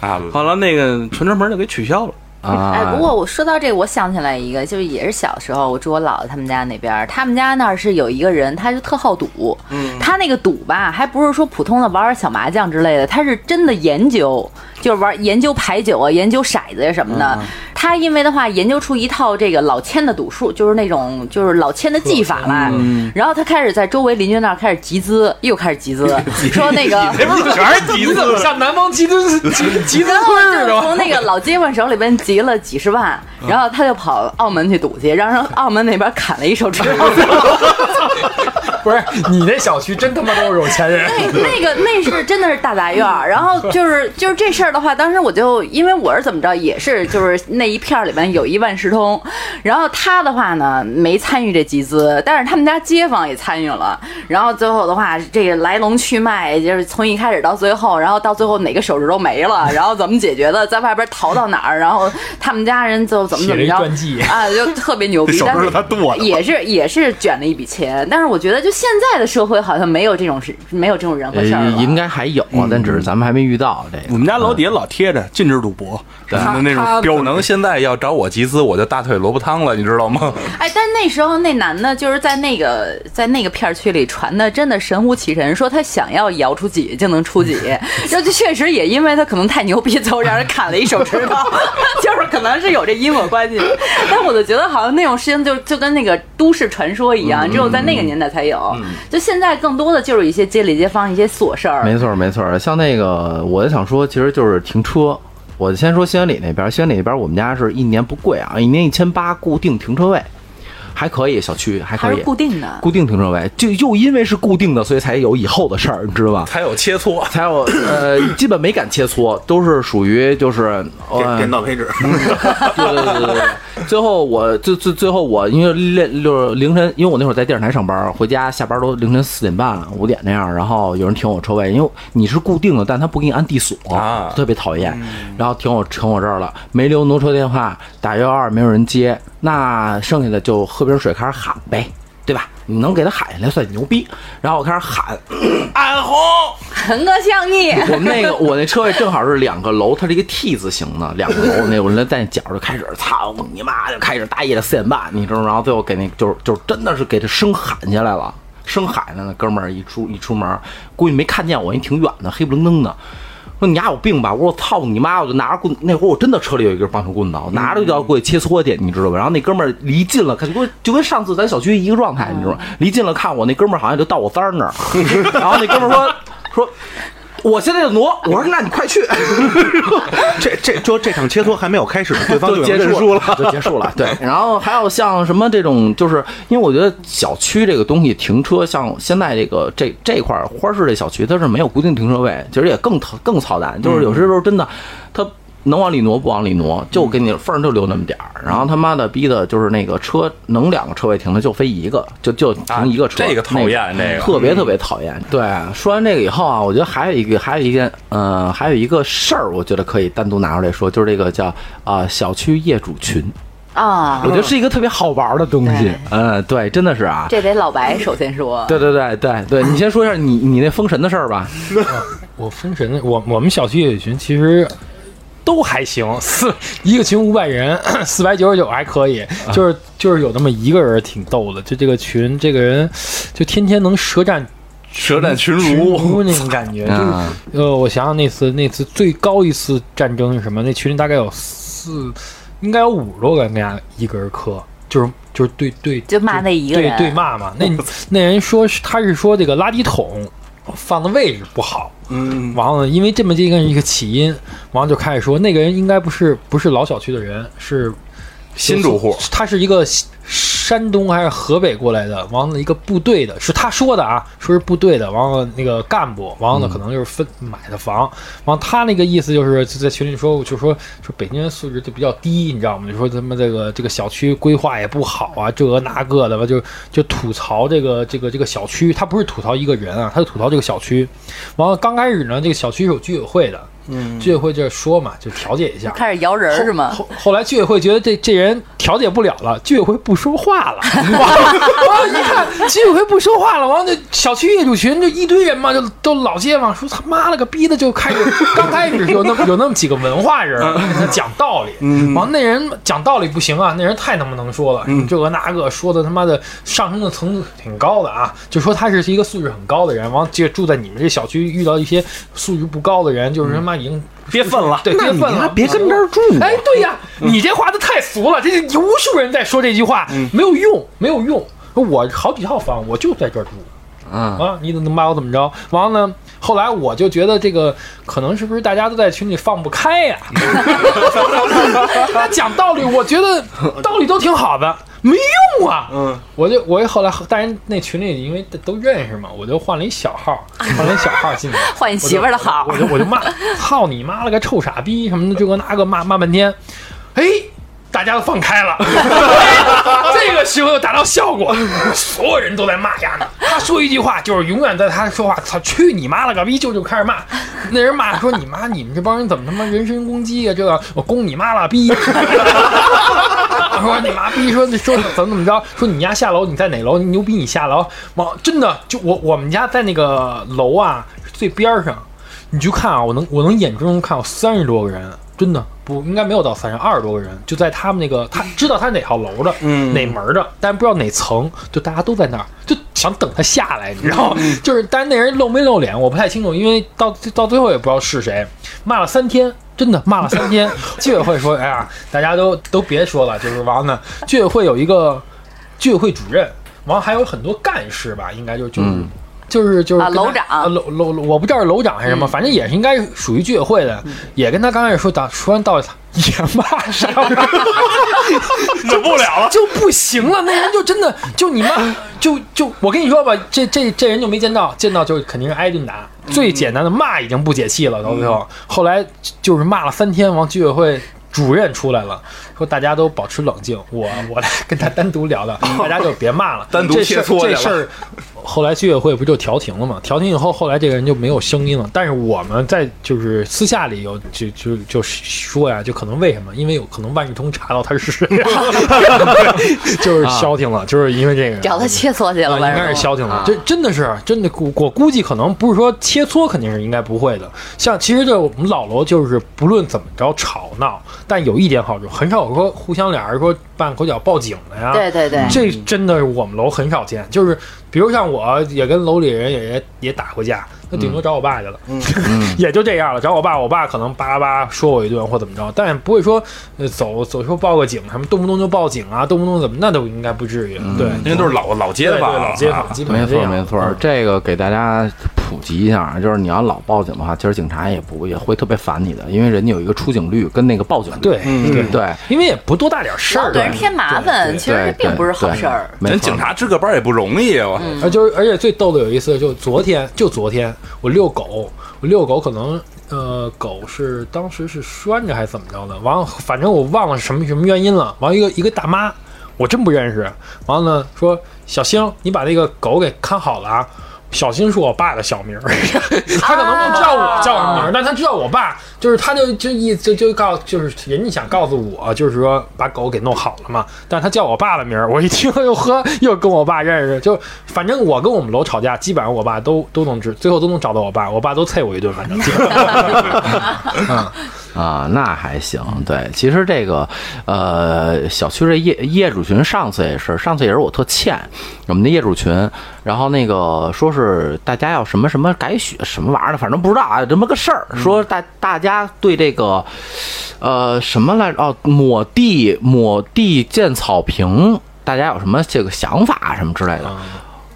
啊，后来那个存车门就给取消了。嗯啊，哎，不过我说到这个，我想起来一个，就是也是小时候，我住我姥姥他们家那边儿，他们家那儿是有一个人，他就特好赌，他那个赌吧，还不是说普通的玩玩小麻将之类的，他是真的研究，就是玩研究牌九啊，研究骰子呀什么的。他因为的话，研究出一套这个老千的赌术，就是那种就是老千的技法来。然后他开始在周围邻居那儿开始集资，又开始 集资，说那个不是全是集资，像南方 集资集集资 然后会似就的。从那个老街坊手里边集了几十万，然后他就跑澳门去赌去，让人澳门那边砍了一手指头。不是你那小区真他妈都是有 钱人。那那个那是真的是大杂院儿，然后就是就是这事儿的话，当时我就因为我是怎么着，也是就是那一片儿里面有一万事通，然后他的话呢没参与这集资，但是他们家街坊也参与了，然后最后的话，这个来龙去脉就是从一开始到最后，然后到最后哪个手指头没了，然后怎么解决的，在外边逃到哪儿，然后他们家人就怎么怎么写了一传记着啊，就特别牛逼，但是剁也是也是卷了一笔钱，但是我觉得就现在的社会好像没有这种事，没有这种人和呃事儿了。应该还有，啊但只是咱们还没遇到这我个。们家楼底下老贴着禁止赌博什么的那他种标可能能现在要找我集资，我就大腿萝卜汤了，你知道吗？哎，但那时候那男的就是在那个在那个片儿区里传的，真的神乎其神，说他想要摇出几就能 出几，就就确实也因为他可能太牛逼，最后让人砍了一手 指头，就是可能是有这因果关系。但我就觉得好像那种事情就就跟那个都市传说一嗯样，只有在那个年代才有，就现在更多的就是一些街里街坊一些琐事儿。没错没错，像那个我就想说，其实就是停车。我先说西安里那边，西安里那边我们家是一年不贵啊，一年一千八固定停车位，还可以，小区还还可是以，固定的， 固定停车位，就就因为是固定的，所以才有以后的事儿，你知道吧？才有切磋，才有呃，基本没敢切磋，都是属于就是点呃点到为止。 对对对对对。最后我最最最后我因为练就是凌晨，因为我那会儿在电视台上班，回家下班都凌晨四点半五点那样，然后有人停我车位，因为你是固定的，但他不给你按地锁，啊特别讨厌。然后停我停我这儿了，没留挪车电话，打幺二没有人接，那剩下的就喝瓶水开始喊呗。对吧？你能给他喊下来算你牛逼。然后我开始喊， 安红，横哥向你。 我们那个我那车位正好是两个楼，它是一个 T 字形的，两个楼。那我那在那角就开始操你妈，就开始大夜的四点半，你知道吗？然后最后给那就是就是真的是给他生喊下来了，生喊呢，那哥们儿一出一出门，估计没看见我，因为挺远的，黑不愣登的。说你丫有病吧！我说我操你妈！我就拿着棍，那会儿我真的车里有一根棒球棍子，我拿着就要过去切磋去，你知道吧？然后那哥们儿离近了，看就跟就跟上次咱小区一个状态，你知道吗？离近了看我那哥们儿好像就到我三儿 那儿，然后那哥们儿说说我现在就挪，我说那你 快去，这这就这场切磋还没有开始，对 方就已结经认束输了。就结束了。对，然后还有像什么这种，就是因为我觉得小区这个东西停车，像现在这个这这块儿花市这小区，它是没有固定停车位，其实也更操更操蛋，就是有些时候真的，它。能往里挪不往里挪，就给你缝儿就留那么点儿，然后他妈的逼的就是那个车能两个车位停的就非一个，就就停一个车，啊这个讨厌那这个嗯特别特别讨厌。对，说完这个以后啊，我觉得还有一个，还有一件，嗯、还有一个事儿，我觉得可以单独拿出来说，就是这个叫啊、小区业主群，啊我，觉得是一个特别好玩的东西对。嗯，对，真的是啊。这得老白首先说。对对对对对，你先说一下你你那封神的事儿吧。我封神，我我们小区野群其实都还行，四一个群五百人， 四百九十九还可以，就是就是有那么一个人挺逗的，就这个群这个人就天天能舌战舌战群群儒，儒那种感 觉，就是嗯呃，我想想那次那次最高一次战争是什么？那群里大概有四，应该有五十多个人跟家一个人磕，就是就是对对，就骂那一个人对对骂嘛。 那那人说是他是说这个垃圾桶放的位置不好，嗯，完了因为这么一个一个起因，完了就开始说那个人应该不是不是老小区的人，是新住户他是一个新山东还是河北过来的，完了一个部队的，是他说的啊，说是部队的，完了那个干部，完了可能就是分买的房，完了他那个意思就是就在群里说，就说说北京人素质就比较低，你知道吗？就说咱们这个这个小区规划也不好啊，这个那个的吧，就就吐槽这个这个这个小区，他不是吐槽一个人啊，他就吐槽这个小区。完了刚开始呢，这个小区是有居委会的，嗯，居委会就是说嘛，就调解一下，开始摇人儿是吗？后后来居委会觉得这这人调解不了了，居委会不说话了。 完了完了一看居委会不说话了，完了那小区业主群就一堆人嘛，就都老街坊说他妈了个逼的，就开始刚开始有那么有那么几个文化人跟他讲道理，完了那人讲道理不行啊，那人太能不能说了，这个啊那个说的他妈的上升的层次挺高的啊，就说他是一个素质很高的人，完了就住在你们这小区遇到一些素质不高的人，就是他妈已经。别愤了对，别愤了，别跟这儿住。嗯哎，对呀，你这话的太俗了，这是无数人在说这句话，没有用，没有用。我好几套房，我就在这儿住嗯啊，你能把我怎么着？完了呢，后来我就觉得这个可能是不是大家都在群里放不开呀、他讲道理，我觉得道理都挺好的，没用啊。嗯，我就我后来，但是那群里因为都认识嘛，我就换了一小号，换了一小号进去。换你媳妇儿的好我，就我就骂，操你妈了个臭傻逼什么的，这个那个骂骂半天，哎。大家都放开了， 哎这个时候又达到效果，所有人都在骂呀呢。他说一句话，就是永远在他说话，操，去你妈了个逼，就就开始骂。那人骂说你妈，你们这帮人怎么他妈人身攻击啊？这个我攻你妈了逼。 我说你妈逼，说说怎么怎么着？说你家下楼，你在哪楼？你牛逼，你下楼。往真的就我我们家在那个楼啊最边儿上，你就看啊，我能我能眼睁睁看有三十多个人，真的不应该没有到三十，二十多个人就在他们那个他知道他哪号楼的，嗯，哪门儿的，但不知道哪层，就大家都在那儿，就想等他下来，你知道吗？ 就是，但是那人露没露脸我不太清楚，因为到到最后也不知道是谁，骂了三天。真的骂了三天， 居委会说：“哎呀，大家都都别说了，就是完了。”居委会有一个居委会主任，完了还有很多干事吧，应该就就是、就是就是啊跟他楼长嗯啊楼楼楼我不知道是楼长还是什么，反正也是应该属于居委会的，也跟他刚开始说打说完道理，也骂上 了，忍不了了。就不行了，那人就真的就你妈就就我跟你说吧，这这这人就没见到，见到就肯定是挨顿打。嗯最简单的骂已经不解气了，到最后，后来就是骂了三天，完居委会。主任出来了，说大家都保持冷静，我我来跟他单 独聊聊，大家就别骂了。单独这事切儿磋去这了事儿，后来居委会不就调停了嘛？调停以后，后来这个人就没有声音了。但是我们在就是私下里有就就就说呀，就可能为什么？因为有可能万事通查到他是谁，啊 就是消停了，就是因为这个 找他切磋去啊了，应完该是事消停了。这真的是真的，我我估计可能不是说切磋，肯定是应该不会的。像其实这我们老楼就是不论怎么着吵闹，但有一点好处，很少有说互相俩人说拌口角报警的呀。对对对，这真的是我们楼很少见，就是比如像我也跟楼里人也也打过架，那顶嗯多找我爸去了， 也就这样了。找我爸，我爸可能叭叭叭说我一顿或怎么着，但不会说呃走走时候报个警什么，动不动就报警啊，动不动怎么那都应该不至于。对，因嗯为都是老老街对对坊，老街坊啊，基本没上这错样嗯没错，这个给大家普及一下，啊就是你要老报警的话，其实警察也不也会特别烦你的，因为人家有一个出警率跟那个报警率。对嗯对对，对，因为也不多大点事老儿，给人添麻烦，其实这对并不是好事儿。。对对没咱错警察值个班也不容易啊！我而就是而且最逗的有一次，就昨天，就昨天我遛狗，我遛狗可能呃狗是当时是拴着还是怎么着的，完了反正我忘了什么什么原因了。完了一个一个大妈，我真不认识。完了呢说小星，你把那个狗给看好了啊。小星是我爸的小名儿， 他可能不知道我叫什啊么名儿，但他知道我爸，就是他就就一就就告就是人家想告诉我，就是说把狗给弄好了嘛，但他叫我爸的名儿，我一听又呵又跟我爸认识，就反正我跟我们楼吵架，基本上我爸都都能知，最后都能找到我爸，我爸都啐我一顿，反 正基本上啊，那还行。对，其实这个呃，小区这业业主群上次也是，上次也是我特欠我们的业主群，然后那个说是大家要什么什么改选什么玩意儿的，反正不知道啊，这么个事儿，说大大家对这个呃什么来着哦，抹地抹地建草坪，大家有什么这个想法啊什么之类的。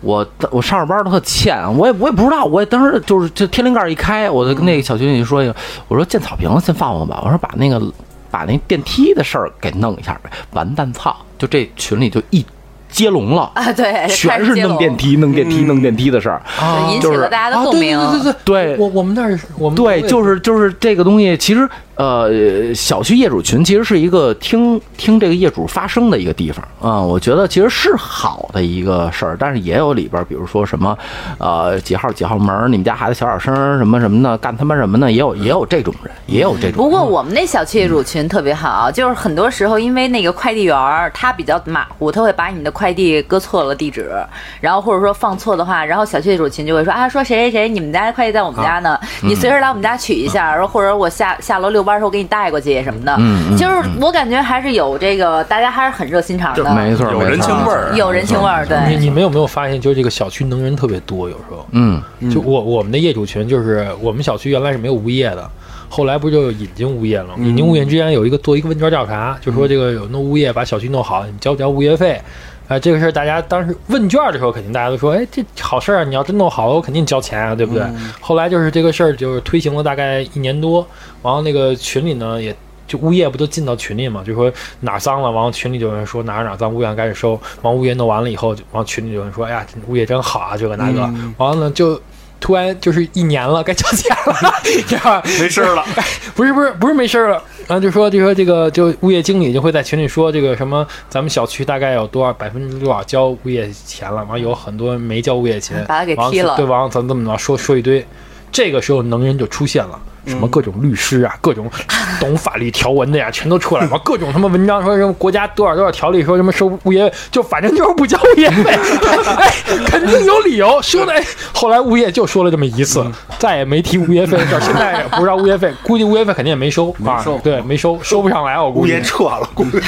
我我上着班都特欠，我也我也不知道，我也当时就是这天灵盖一开，我就跟那个小区里说一个，哎我说建草坪先放放吧，我说把那个把那电梯的事儿给弄一下呗，完蛋操！就这群里就一接龙了，啊，对，开全始是接弄龙电，梯、弄电梯、弄电梯的事儿。对 引起就是了大家的啊，共对鸣。对对对我我们那儿我们对，就是是就是这个东西，其实呃，小区业主群其实是一个听听这个业主发声的一个地方啊、我觉得其实是好的一个事儿，但是也有里边儿，比如说什么呃几号几号门儿，你们家孩子小点声儿什么什么的，干他妈什么呢？也有也有这种人，也有这种人。不过我们那小区业主群特别好，就是很多时候因为那个快递员儿他比较马虎，他会把你的快递搁错了地址，然后或者说放错的话，然后小区业主群就会说啊，说谁谁谁，你们家的快递在我们家呢，啊你随时来我们家取一下，然后或者我下下楼遛弯儿的时候给你带过去什么的，就是我感觉还是有这个，大家还是很热心肠的，没错儿，有没人错情味儿有人情味儿，对。你你们有没有发现，就是这个小区能人特别多，有时候，嗯，就我我们的业主群，就是我们小区原来是没有物业的，后来不就引进物业了吗？引进物业之前有一个做一个问卷调查，就说这个有弄物业把小区弄好，你交不交物业费？哎、这个事儿大家当时问卷的时候，肯定大家都说，哎，这好事儿啊，你要真弄好了，我肯定交钱啊，对不对？后来就是这个事儿就是推行了大概一年多，然后那个群里呢也。就物业不都进到群里嘛，就说哪儿脏了，完了群里就有人说哪儿哪儿脏，物业开始收，完物业弄完了以后，就完群里有人说，哎呀，物业真好啊，这个那个，完了呢就突然就是一年了，该交钱了，然后没事儿了，不是不是不是没事儿了，然后就说就说这个就物业经理就会在群里说这个什么，咱们小区大概有多少百分之多少交物业钱了，完有很多没交物业钱，把他给完踢了对，完了咱们这么着说说一堆，这个时候能人就出现了。什么各种律师啊，各种懂法律条文的呀，全都出来了。完各种他妈文章说什么国家多少多少条例说什么收物业，就反正就是不交物业费，哎，肯定有理由说的。哎，后来物业就说了这么一次，再也没提物业费的事儿。现在也不知道物业费，估计物业费肯定也没收啊，对，没收，收不上来，我估物计业。撤了， 我跟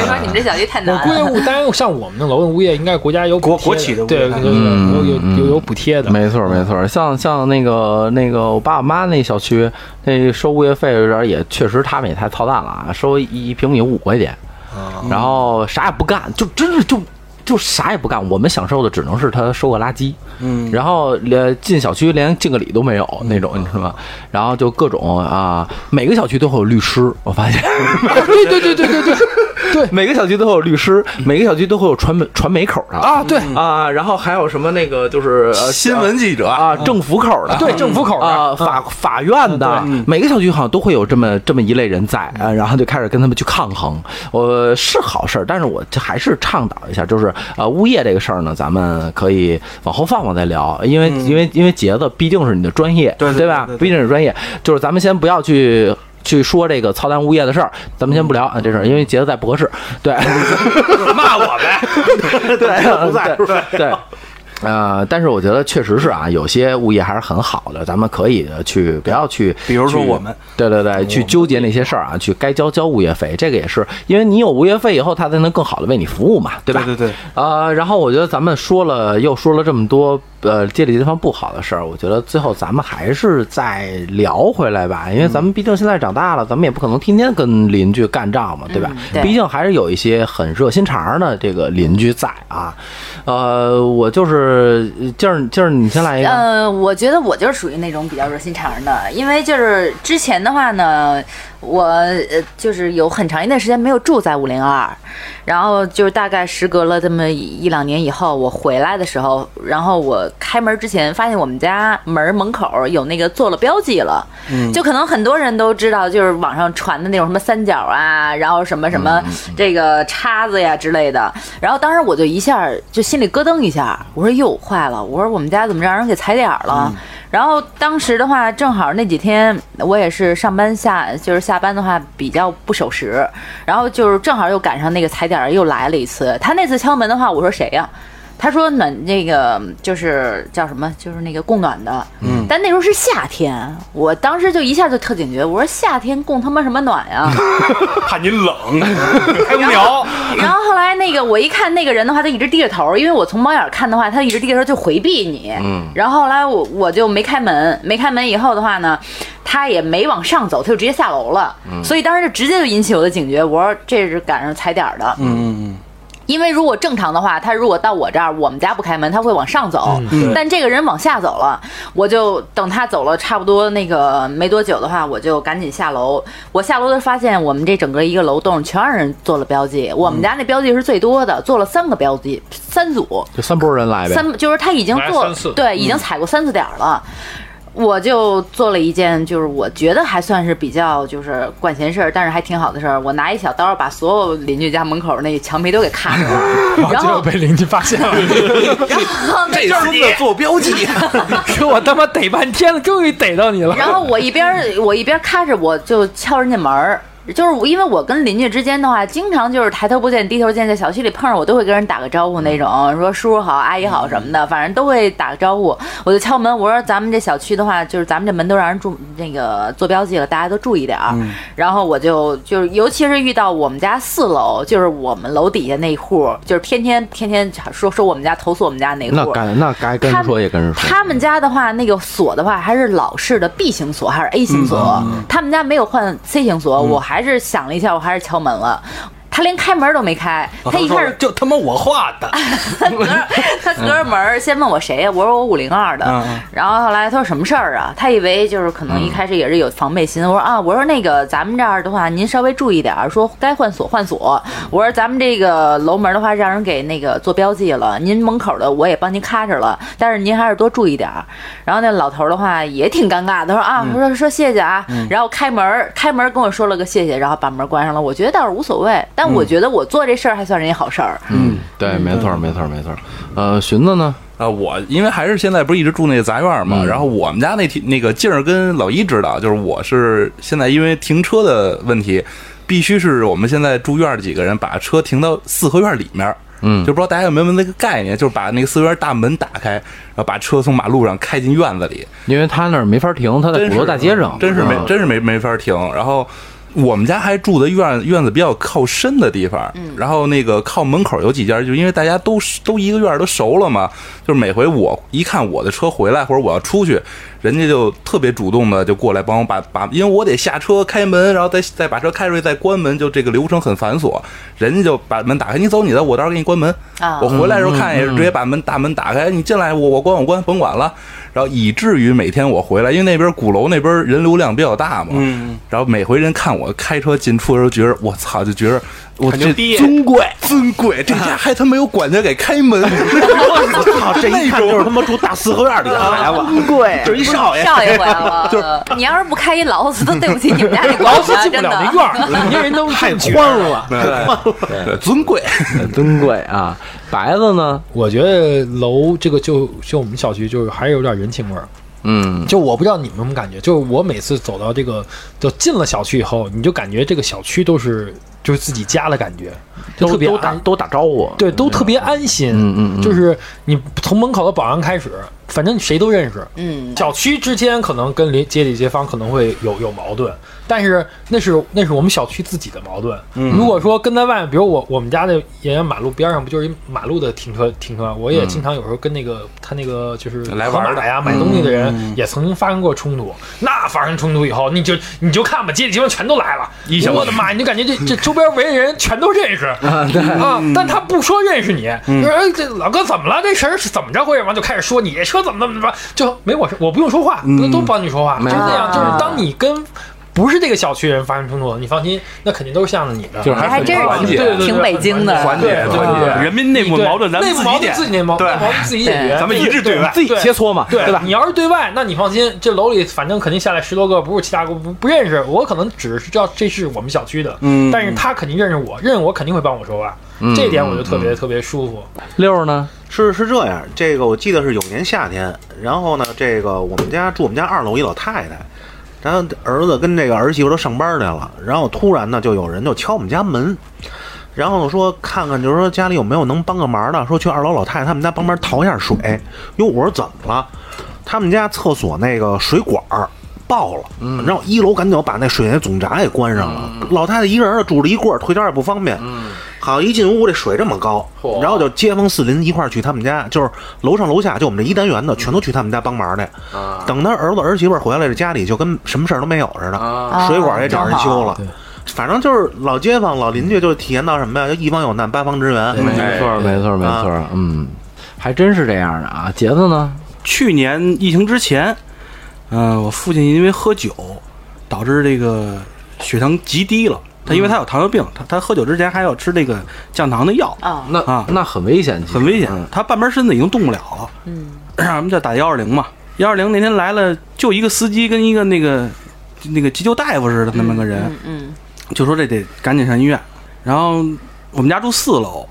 你说，你们这小区太难我估计了。物，当然像我们那楼的物业，应该国家有补国贴国企的物业对，有嗯有有有有补贴的。没错儿，没错儿，像像那个那个我爸我妈那小区，那收物业费有点儿也确实他们也太操蛋了啊，收一一平米五块钱，啊然后啥也不干，就真是就就啥也不干，我们享受的只能是他收个垃圾，嗯，然后连进小区连敬个礼都没有那嗯种，你知道吗？然后就各种啊，每个小区都会有律师，我 发现，对对对对对对对每个小区都会有律师，每个小区都会有传媒传媒口的啊，对啊，然后还有什么那个就是呃新闻记者啊，政府口的，对，政府口啊、的法法院的、每个小区好像都会有这么这么一类人在啊，然后就开始跟他们去抗衡。呃，是好事儿，但是我这还是倡导一下，就是呃，物业这个事儿呢，咱们可以往后放放再聊，因为、因为因为杰子毕竟是你的专业，对对对吧对对？对毕竟是专业，就是咱们先不要去。去说这个操蛋物业的事儿，咱们先不聊啊这事儿，因为杰子在不合适。对，骂我对，呗。不在对对。呃，但是我觉得确实是啊，有些物业还是很好的，咱们可以去不要去，比如说去我们，对对对，去纠结那些事儿啊，去该交交物业费，这个也是，因为你有物业费以后，他才能更好的为你服务嘛，对吧？对对对。呃，然后我觉得咱们说了又说了这么多，呃，街里街坊不好的事儿，我觉得最后咱们还是再聊回来吧，因为咱们毕竟现在长大了，咱们也不可能天天跟邻居干仗嘛，对吧？嗯对毕竟还是有一些很热心肠儿的这个邻居在啊。呃，我就是静儿，静儿，你先来一个。呃，我觉得我就是属于那种比较热心肠的，因为就是之前的话呢，我呃就是有很长一段时间没有住在五零二，然后就是大概时隔了这么一两年以后，我回来的时候，然后我开门之前发现我们家门门口有那个做了标记了，就可能很多人都知道，就是网上传的那种什么三角啊，然后什么什么这个叉子呀之类的。然后当时我就一下就心里咯噔一下，我说哟坏了，我说我们家怎么让人给踩点儿了？然后当时的话，正好那几天我也是上班下就是下班的话比较不守时，然后就是正好又赶上那个踩点儿又来了一次。他那次敲门的话，我说谁呀、他说暖那个就是叫什么，就是那个供暖的，嗯，但那时候是夏天，我当时就一下就特警觉，我说夏天供他妈什么暖呀、 怕 您冷，开空调。然后后来那个我一看那个人的话，他一直低着头，因为我从猫眼看的话，他一直低着头就回避你。嗯。然后后来我我就没开门，没开门以后的话呢，他也没往上走，他就直接下楼了。嗯。所以当时就直接就引起我的警觉，我说这是赶上踩点儿的。嗯嗯嗯。因为如果正常的话，他如果到我这儿，我们家不开门，他会往上走。对但这个人往下走了，我就等他走了差不多那个没多久的话，我就赶紧下楼。我下楼的时候发现，我们这整个一个楼栋全让人做了标记。我们家那标记是最多的，做了三个标记，三组，就三拨人哎来呗。三就是他已经来做三次对，已经踩过三次点儿了。我就做了一件，就是我觉得还算是比较就是管闲事儿，但是还挺好的事儿。我拿一小刀把所有邻居家门口那墙皮都给卡住了，然结后果被邻居发现 了，这孙子做标记，说我他妈逮半天了，终于逮到你了。然后我一边儿我一边咔着，我就敲人家门儿。就是我因为我跟邻居之间的话，经常就是抬头不见低头见，在小区里碰上我都会跟人打个招呼那嗯种，说叔叔好、阿姨好什么的，反正都会打个招呼。我就敲门，我说咱们这小区的话，就是咱们这门都让人注那个做标记了，大家都注意点儿。嗯然后我就就是，尤其是遇到我们家四楼，就是我们楼底下那一户，就是天天天天说说我们家投诉我们家那户，那该那该跟人说也跟人说。他们家的话，那个锁的话还是老式的 B 型锁还是 A 型锁，他们家没有换 C 型锁。我还是想了一下，我还是敲门了。他连开门都没开，他一开始就他妈我画的，他隔着他隔着门儿先问我谁呀？我说我五零二的。然后后来他说什么事儿啊？他以为就是可能一开始也是有防备心。我说啊，我说那个咱们这儿的话，您稍微注意点儿，说该换锁换锁。我说咱们这个楼门的话，让人给那个做标记了，您门口的我也帮您咔着了，但是您还是多注意点儿。然后那老头儿的话也挺尴尬的，他说啊，我说说谢谢啊，然后开门儿开门儿跟我说了个谢谢，然后把门关上了。我觉得倒是无所谓，但我觉得我做这事儿还算是一好事儿。嗯，对，没错，没错，没错。呃，寻子呢？啊，我因为还是现在不是一直住那个杂院嗯嘛，然后我们家那停那个静儿跟老一知道，就是我是现在因为停车的问题，必须是我们现在住院儿几个人把车停到四合院里面儿。嗯就不知道大家有没有那个概念，就是把那个四合院大门打开，然后把车从马路上开进院子里，因为他那儿没法停，他在真鼓是楼大街上，真是没嗯真是没没法停。然后我们家还住的院院子比较靠深的地方，然后那个靠门口有几家，就因为大家都是都一个院儿都熟了嘛，就是每回我一看我的车回来或者我要出去，人家就特别主动的就过来帮我把把，因为我得下车开门，然后再再把车开出去再关门，就这个流程很繁琐。人家就把门打开，你走你的，我到时候给你关门。啊我回来的时候看也是直接把门大门打开，你进来我我关我关甭管了。然后以至于每天我回来，因为那边鼓楼那边人流量比较大嘛，嗯，然后每回人看我开车进出的时候，觉得我操，就觉得我很牛这逼尊贵尊贵， 这家还他妈有管家给开 门，操，这一看就是他妈住大四合院里的孩 子，贵就是一少爷。少爷回来了。你哎要是不开一劳斯，都对不起你们家 那管劳斯家，进不啊真了那的。院儿，人家人都是太宽了。对尊贵，尊贵啊。白子呢？ 我觉得楼这个就就我们小区就是还是有点人情味儿。嗯，就我不知道你们有什么感觉，就是我每次走到这个，就进了小区以后，你就感觉这个小区都是就是自己家的感觉，就特都别都打安，都打招呼，对，都特别安心。嗯嗯嗯就是你从门口的保安开始，反正谁都认识。嗯，小区之间可能跟邻街里街坊可能会有有矛盾，但是那是那是我们小区自己的矛盾。嗯如果说跟在外面，比如我我们家那沿马路边上不就是一马路的停车停车，我也经常有时候跟那个、他那个就是来玩河儿的马呀买东西的人也曾经发生过冲突。那发生冲突以后，你就你就看吧，街里街坊全都来了，一小时我的妈，你就感觉这这周边围的人全都认 识。啊，对，啊，嗯但他不说认识你，就说哎，这老哥怎么了？这事儿是怎么着回事？完就开始说你这车怎么怎么怎么着，就没我事，我不用说话，嗯都都帮你说话，就没是错那样。就是啊当你跟不是这个小区人发生冲突，你放心，那肯定都是向着你的，就是还还是真很是团对结，对对，挺北京的团结对团对结。人民内部对矛盾咱内们部自矛盾己点自，己内矛对内矛盾自己解决，咱们一致对外。自己切磋嘛，对对吧？你要是对外，那你放心，这楼里反正肯定下来十多个，不是其他个不不认识，我可能只是知道这是我们小区的，嗯，嗯但是他肯定认识我，认识我肯定会帮我说话，这一点我就特别特别舒服。六儿呢？是是这样，这个我记得是有年夏天，然后呢，这个我们家住我们家二楼一老太太，然后儿子跟这个儿媳妇都上班去了，然后突然呢就有人就敲我们家门，然后说看看就是说家里有没有能帮个忙的，说去二楼老太太他们家帮忙淘一下水。哟，我说怎么了？他们家厕所那个水管儿爆了，然后一楼赶紧把那水源总闸给关上了。老太太一个人儿拄着一棍儿，腿脚也不方便。好像一进屋这水这么高，然后就街坊四邻一块儿去他们家，就是楼上楼下就我们这一单元的全都去他们家帮忙去。等他儿子儿媳妇儿回来，这家里就跟什么事儿都没有似的，水管也找人修了。反正就是老街坊、老邻居，就是体验到什么呀？就一方有难，八方支援。没错，没错，没错，嗯，还真是这样的啊。杰子呢？去年疫情之前，嗯、我父亲因为喝酒导致这个血糖极低了。他因为他有糖尿病，他他喝酒之前还要吃这个降糖的药，啊，那啊那很危险，很危险嗯。他半边身子已经动不了了。嗯， 我们就打幺二零嘛。幺二零那天来了，就一个司机跟一个那个那个急救大夫似的那么个人，嗯就说这得赶紧上医院。然后我们家住四楼，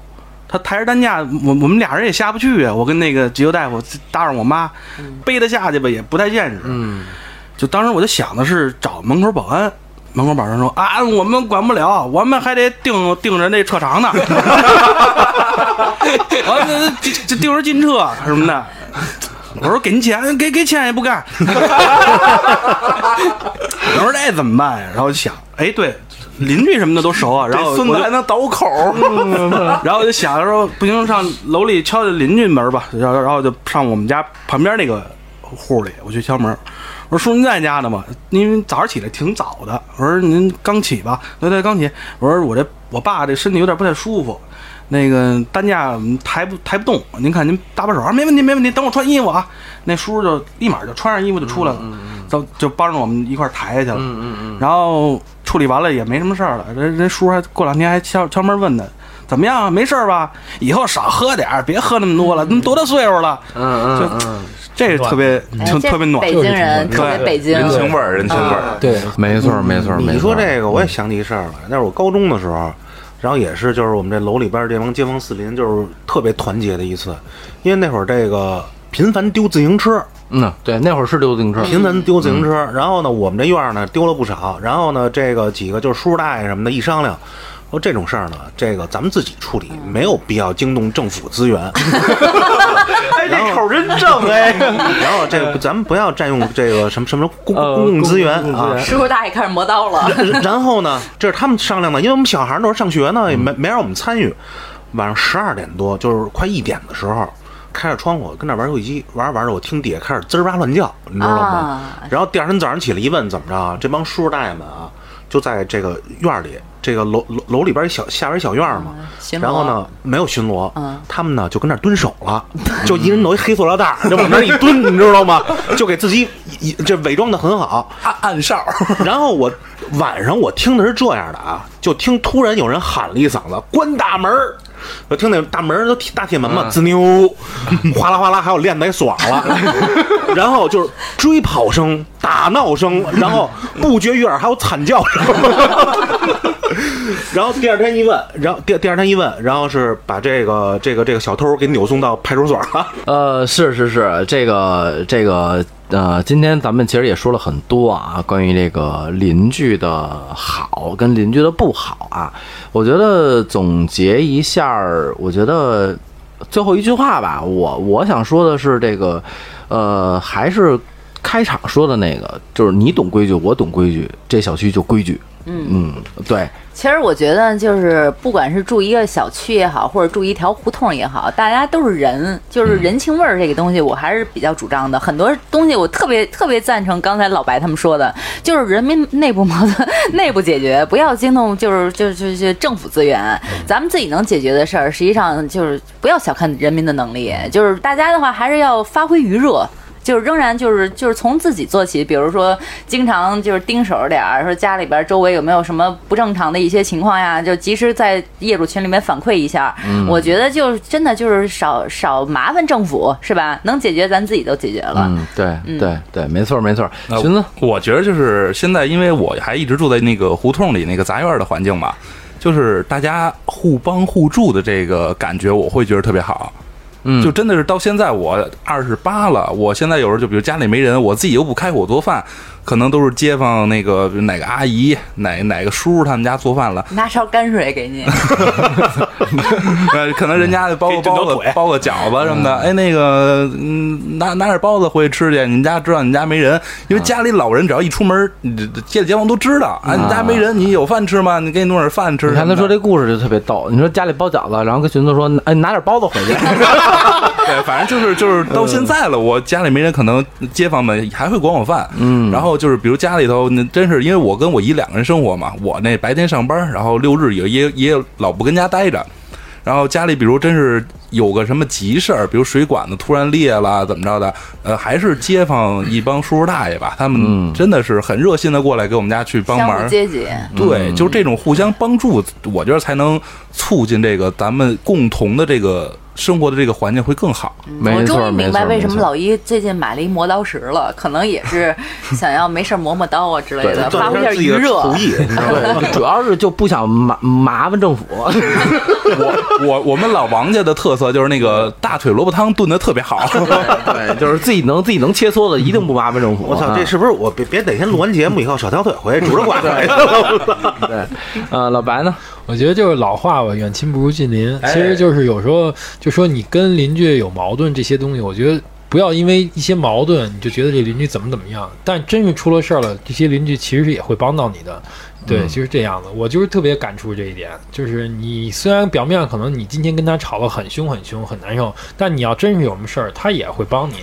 他抬着担架，我我们俩人也下不去啊。我跟那个急救大夫搭上我妈，嗯背着下去吧，也不太现实。嗯，就当时我就想的是找门口保安。门口保安说：“啊，我们管不了，我们还得盯盯着那车长呢， 完了这这盯着进车什么的。”我说：“给您钱，给给钱也不干。” 我说：“这怎么办呀？”然后想，哎，对，邻居什么的都熟啊，然后这孙我子就嗯还能倒口儿，然后我就想着说，不行，上楼里敲敲邻居门吧。然后，然后就上我们家旁边那个户里，我去敲门。我说：“叔，您在家呢吗？因为早上起来挺早的。”我说：“您刚起吧？”对对，刚起。我说：“我这我爸这身体有点不太舒服，那个担架嗯抬不抬不动。您看您搭把手啊，没问题，没问题。等我穿衣服啊。”那叔就立马就穿上衣服就出来了，就就帮着我们一块儿抬下去了。然后处理完了也没什么事儿了。人人叔还过两天还敲敲门问呢，怎么样？没事儿吧？以后少喝点儿，别喝那么多了。你多大岁数了？嗯就这特别嗯，挺哎这特别暖北。京人对特别北京，人情味儿，人情味儿。对，没错，没错，没错。你说这个，我也想起一事儿来。那是我高中的时候，然后也是就是我们这楼里边儿这帮街坊四邻就是特别团结的一次，因为那会儿这个频繁丢自行车，嗯，对，那会儿是溜自行车，频繁丢自行车。然后呢，我们这院儿呢丢了不少。然后呢，这个几个就是叔叔大爷什么的，一商量。说这种事儿呢，这个咱们自己处理，没有必要惊动政府资源。 哎，这口真正哎！ 然后这个咱们不要占用这个什么什么公呃公共资源公共啊资，源叔叔大爷开始磨刀了， 然然后呢，这是他们商量的，因为我们小孩儿那会儿上学呢，也没没让我们参与。晚上十二点多，就是快一点的时候，开着窗户跟那玩游戏机，玩着玩着，我听底下开始滋儿哇乱叫，你知道吗？啊然后第二天早上起来一问，怎么着啊？这帮叔叔大爷们啊，就在这个院儿里，这个楼楼楼里边一小下边一小院儿嘛。嗯巡逻然后呢，没有巡逻，嗯他们呢就跟那儿蹲守 了，就一人弄一黑塑料袋儿，就往那儿一蹲，你知道吗？就给自己一一这伪装的很好，暗暗哨， 然后我晚上我听的是这样的啊，就听突然有人喊了一嗓子“关大门儿”，我听那大门儿都铁大铁门嗯嘛，滋溜， 哗啦哗啦，还有链子也锁 上了，然后就是追跑声、打闹声，然后不绝于耳，还有惨叫声。然后第二天一问，然后第第二天一问，然后是把这个这个这个小偷给扭送到派出所 了。呃，是是是，这个这个呃，今天咱们其实也说了很多啊，关于这个邻居的好跟邻居的不好啊。我觉得总结一下儿，我觉得最后一句话吧，我我想说的是这个，呃，还是开场说的那个，就是你懂规矩，我懂规矩，这小区就规矩。嗯嗯，对，其实我觉得，就是不管是住一个小区也好，或者住一条胡同也好，大家都是人，就是人情味儿这个东西，我还是比较主张的。很多东西我特别 特别赞成刚才老白他们说的，就是人民内部矛盾内部解决，不要惊动就是就是就是就是政府资源，咱们自己能解决的事儿，实际上就是不要小看人民的能力，就是大家的话还是要发挥余热。就是仍然就是就是从自己做起，比如说经常就是盯手点儿，说家里边周围有没有什么不正常的一些情况呀，就及时在业主群里面反馈一下。我觉得就是真的就是少少麻烦政府是吧？能解决咱自己都解决了。嗯，对，嗯对，对，没错，没错。那寻思，我觉得就是现在，因为我还一直住在那个胡同里那个杂院的环境嘛，就是大家互帮互助的这个感觉，我会觉得特别好。嗯，就真的是到现在我二十八了，我现在有时候就比如家里没人，我自己又不开火做饭，可能都是街坊那个比如哪个阿姨、哪哪个叔叔他们家做饭了，拿勺泔水给你，呃，可能人家包个给你炖包条子腿、包个饺子什么的。哎，那个，嗯，拿拿点包子回去吃去。你们家知道你家没人，因嗯为家里老人只要一出门，你这街街坊都知道。啊，你家没人，你有饭吃吗？你给你弄点饭吃。嗯你看他说这，故事就特别逗。你说家里包饺子，然后跟寻子说：“哎，拿点包子回 去。 对，反正就是就是到现在了，我家里没人，可能街坊们还会管我饭。嗯，然后后就是比如家里头，那真是因为我跟我姨两个人生活嘛，我那白天上班，然后六日也也也老不跟家待着。然后家里比如真是有个什么急事儿，比如水管子突然裂了，怎么着的，呃，还是街坊一帮叔叔大爷吧，他们真的是很热心的过来给我们家去帮相忙互。接济，嗯对，就是这种互相帮助，我觉得才能促进这个咱们共同的这个生活的这个环境会更好。我没错终于没明错白为没什么错老一最近买了一磨刀石了，可能也是想要没事儿磨磨刀啊之类的，发锻挥一炼下自己余的热。厨艺，你知道 吗？对，主要是就不想麻麻烦政府。我我我们老王家的特色就是那个大腿萝卜汤炖的特别好。 对，就是自己能自己能切磋的，一定不麻烦政府。我操，这啊是不是我别别哪天录完节目以后少条腿回去，拄 着拐回去了？对。呃，老白呢？我觉得就是老话吧，远亲不如近邻。哎其实就是有时候就说你跟邻居有矛盾这些东西，我觉得不要因为一些矛盾你就觉得这邻居怎么怎么样，但真是出了事儿了，这些邻居其实也会帮到你的。嗯对，就是这样的。我就是特别感触这一点，就是你虽然表面上可能你今天跟他吵得很凶很凶很难受，但你要真是有什么事儿，他也会帮你。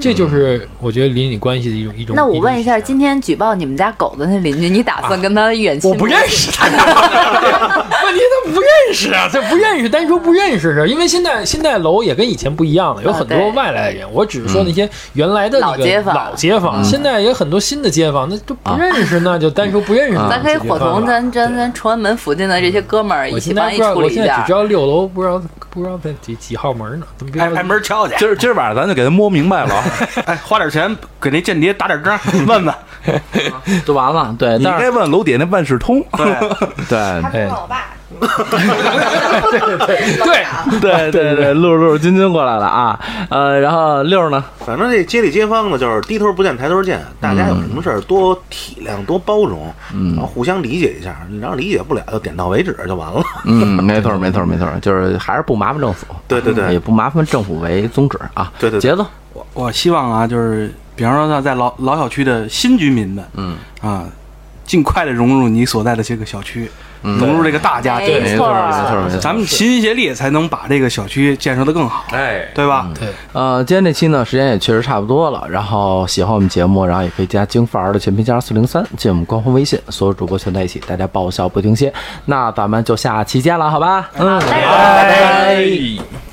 这就是我觉得邻里关系的一种一嗯种。那我问一下，种体现今天举报你们家狗的那邻居，你打算跟他远亲？我不认识他， 问题他不认识啊，他不认识，单说不认识是因为现在现在楼也跟以前不一样了，有啊很多对外来人。我只是说那些原来的那个老街坊老街坊，现在也有很多新的街坊，那就不认识，那就单说不认识。咱可以伙同咱咱咱崇文门附近的这些哥们儿我一起现在帮不你知道，处我理现一在只下知。道六楼，不知道不知道在几几号门呢？怎么别挨挨门敲去，今儿今儿晚上咱就给他摸明白了，哎，花点钱给那间谍打点章，问问。就完了。对，你但该是问楼底下那万事通。对，对他是哎我爸，对， 对对对，陆陆君君过来了啊。呃，然后六呢？反正这街里街坊呢，就是低头不见抬头见，大家有什么事儿多体谅、多包容，嗯然后互相理解一下。你要理解不了，就点到为止就完了。嗯，没错没错没错，就是还是不麻烦政府。对对对也不麻烦政府为宗旨啊。对对对节奏我我希望啊，就是比方说像在老老小区的新居民们，嗯啊，尽快的融入你所在的这个小区，融入这个大家哎庭。没没错错儿没错没错。咱们齐心协力才能把这个小区建设的更好，哎，对吧？呃，今天这期呢，时间也确实差不多了。然后喜欢我们节目，然后也可以加京范儿的全拼加四零三，进我们官方微信，所有主播全在一起，大家爆笑不停歇。那咱们就下期见了，好吧？嗯，拜拜。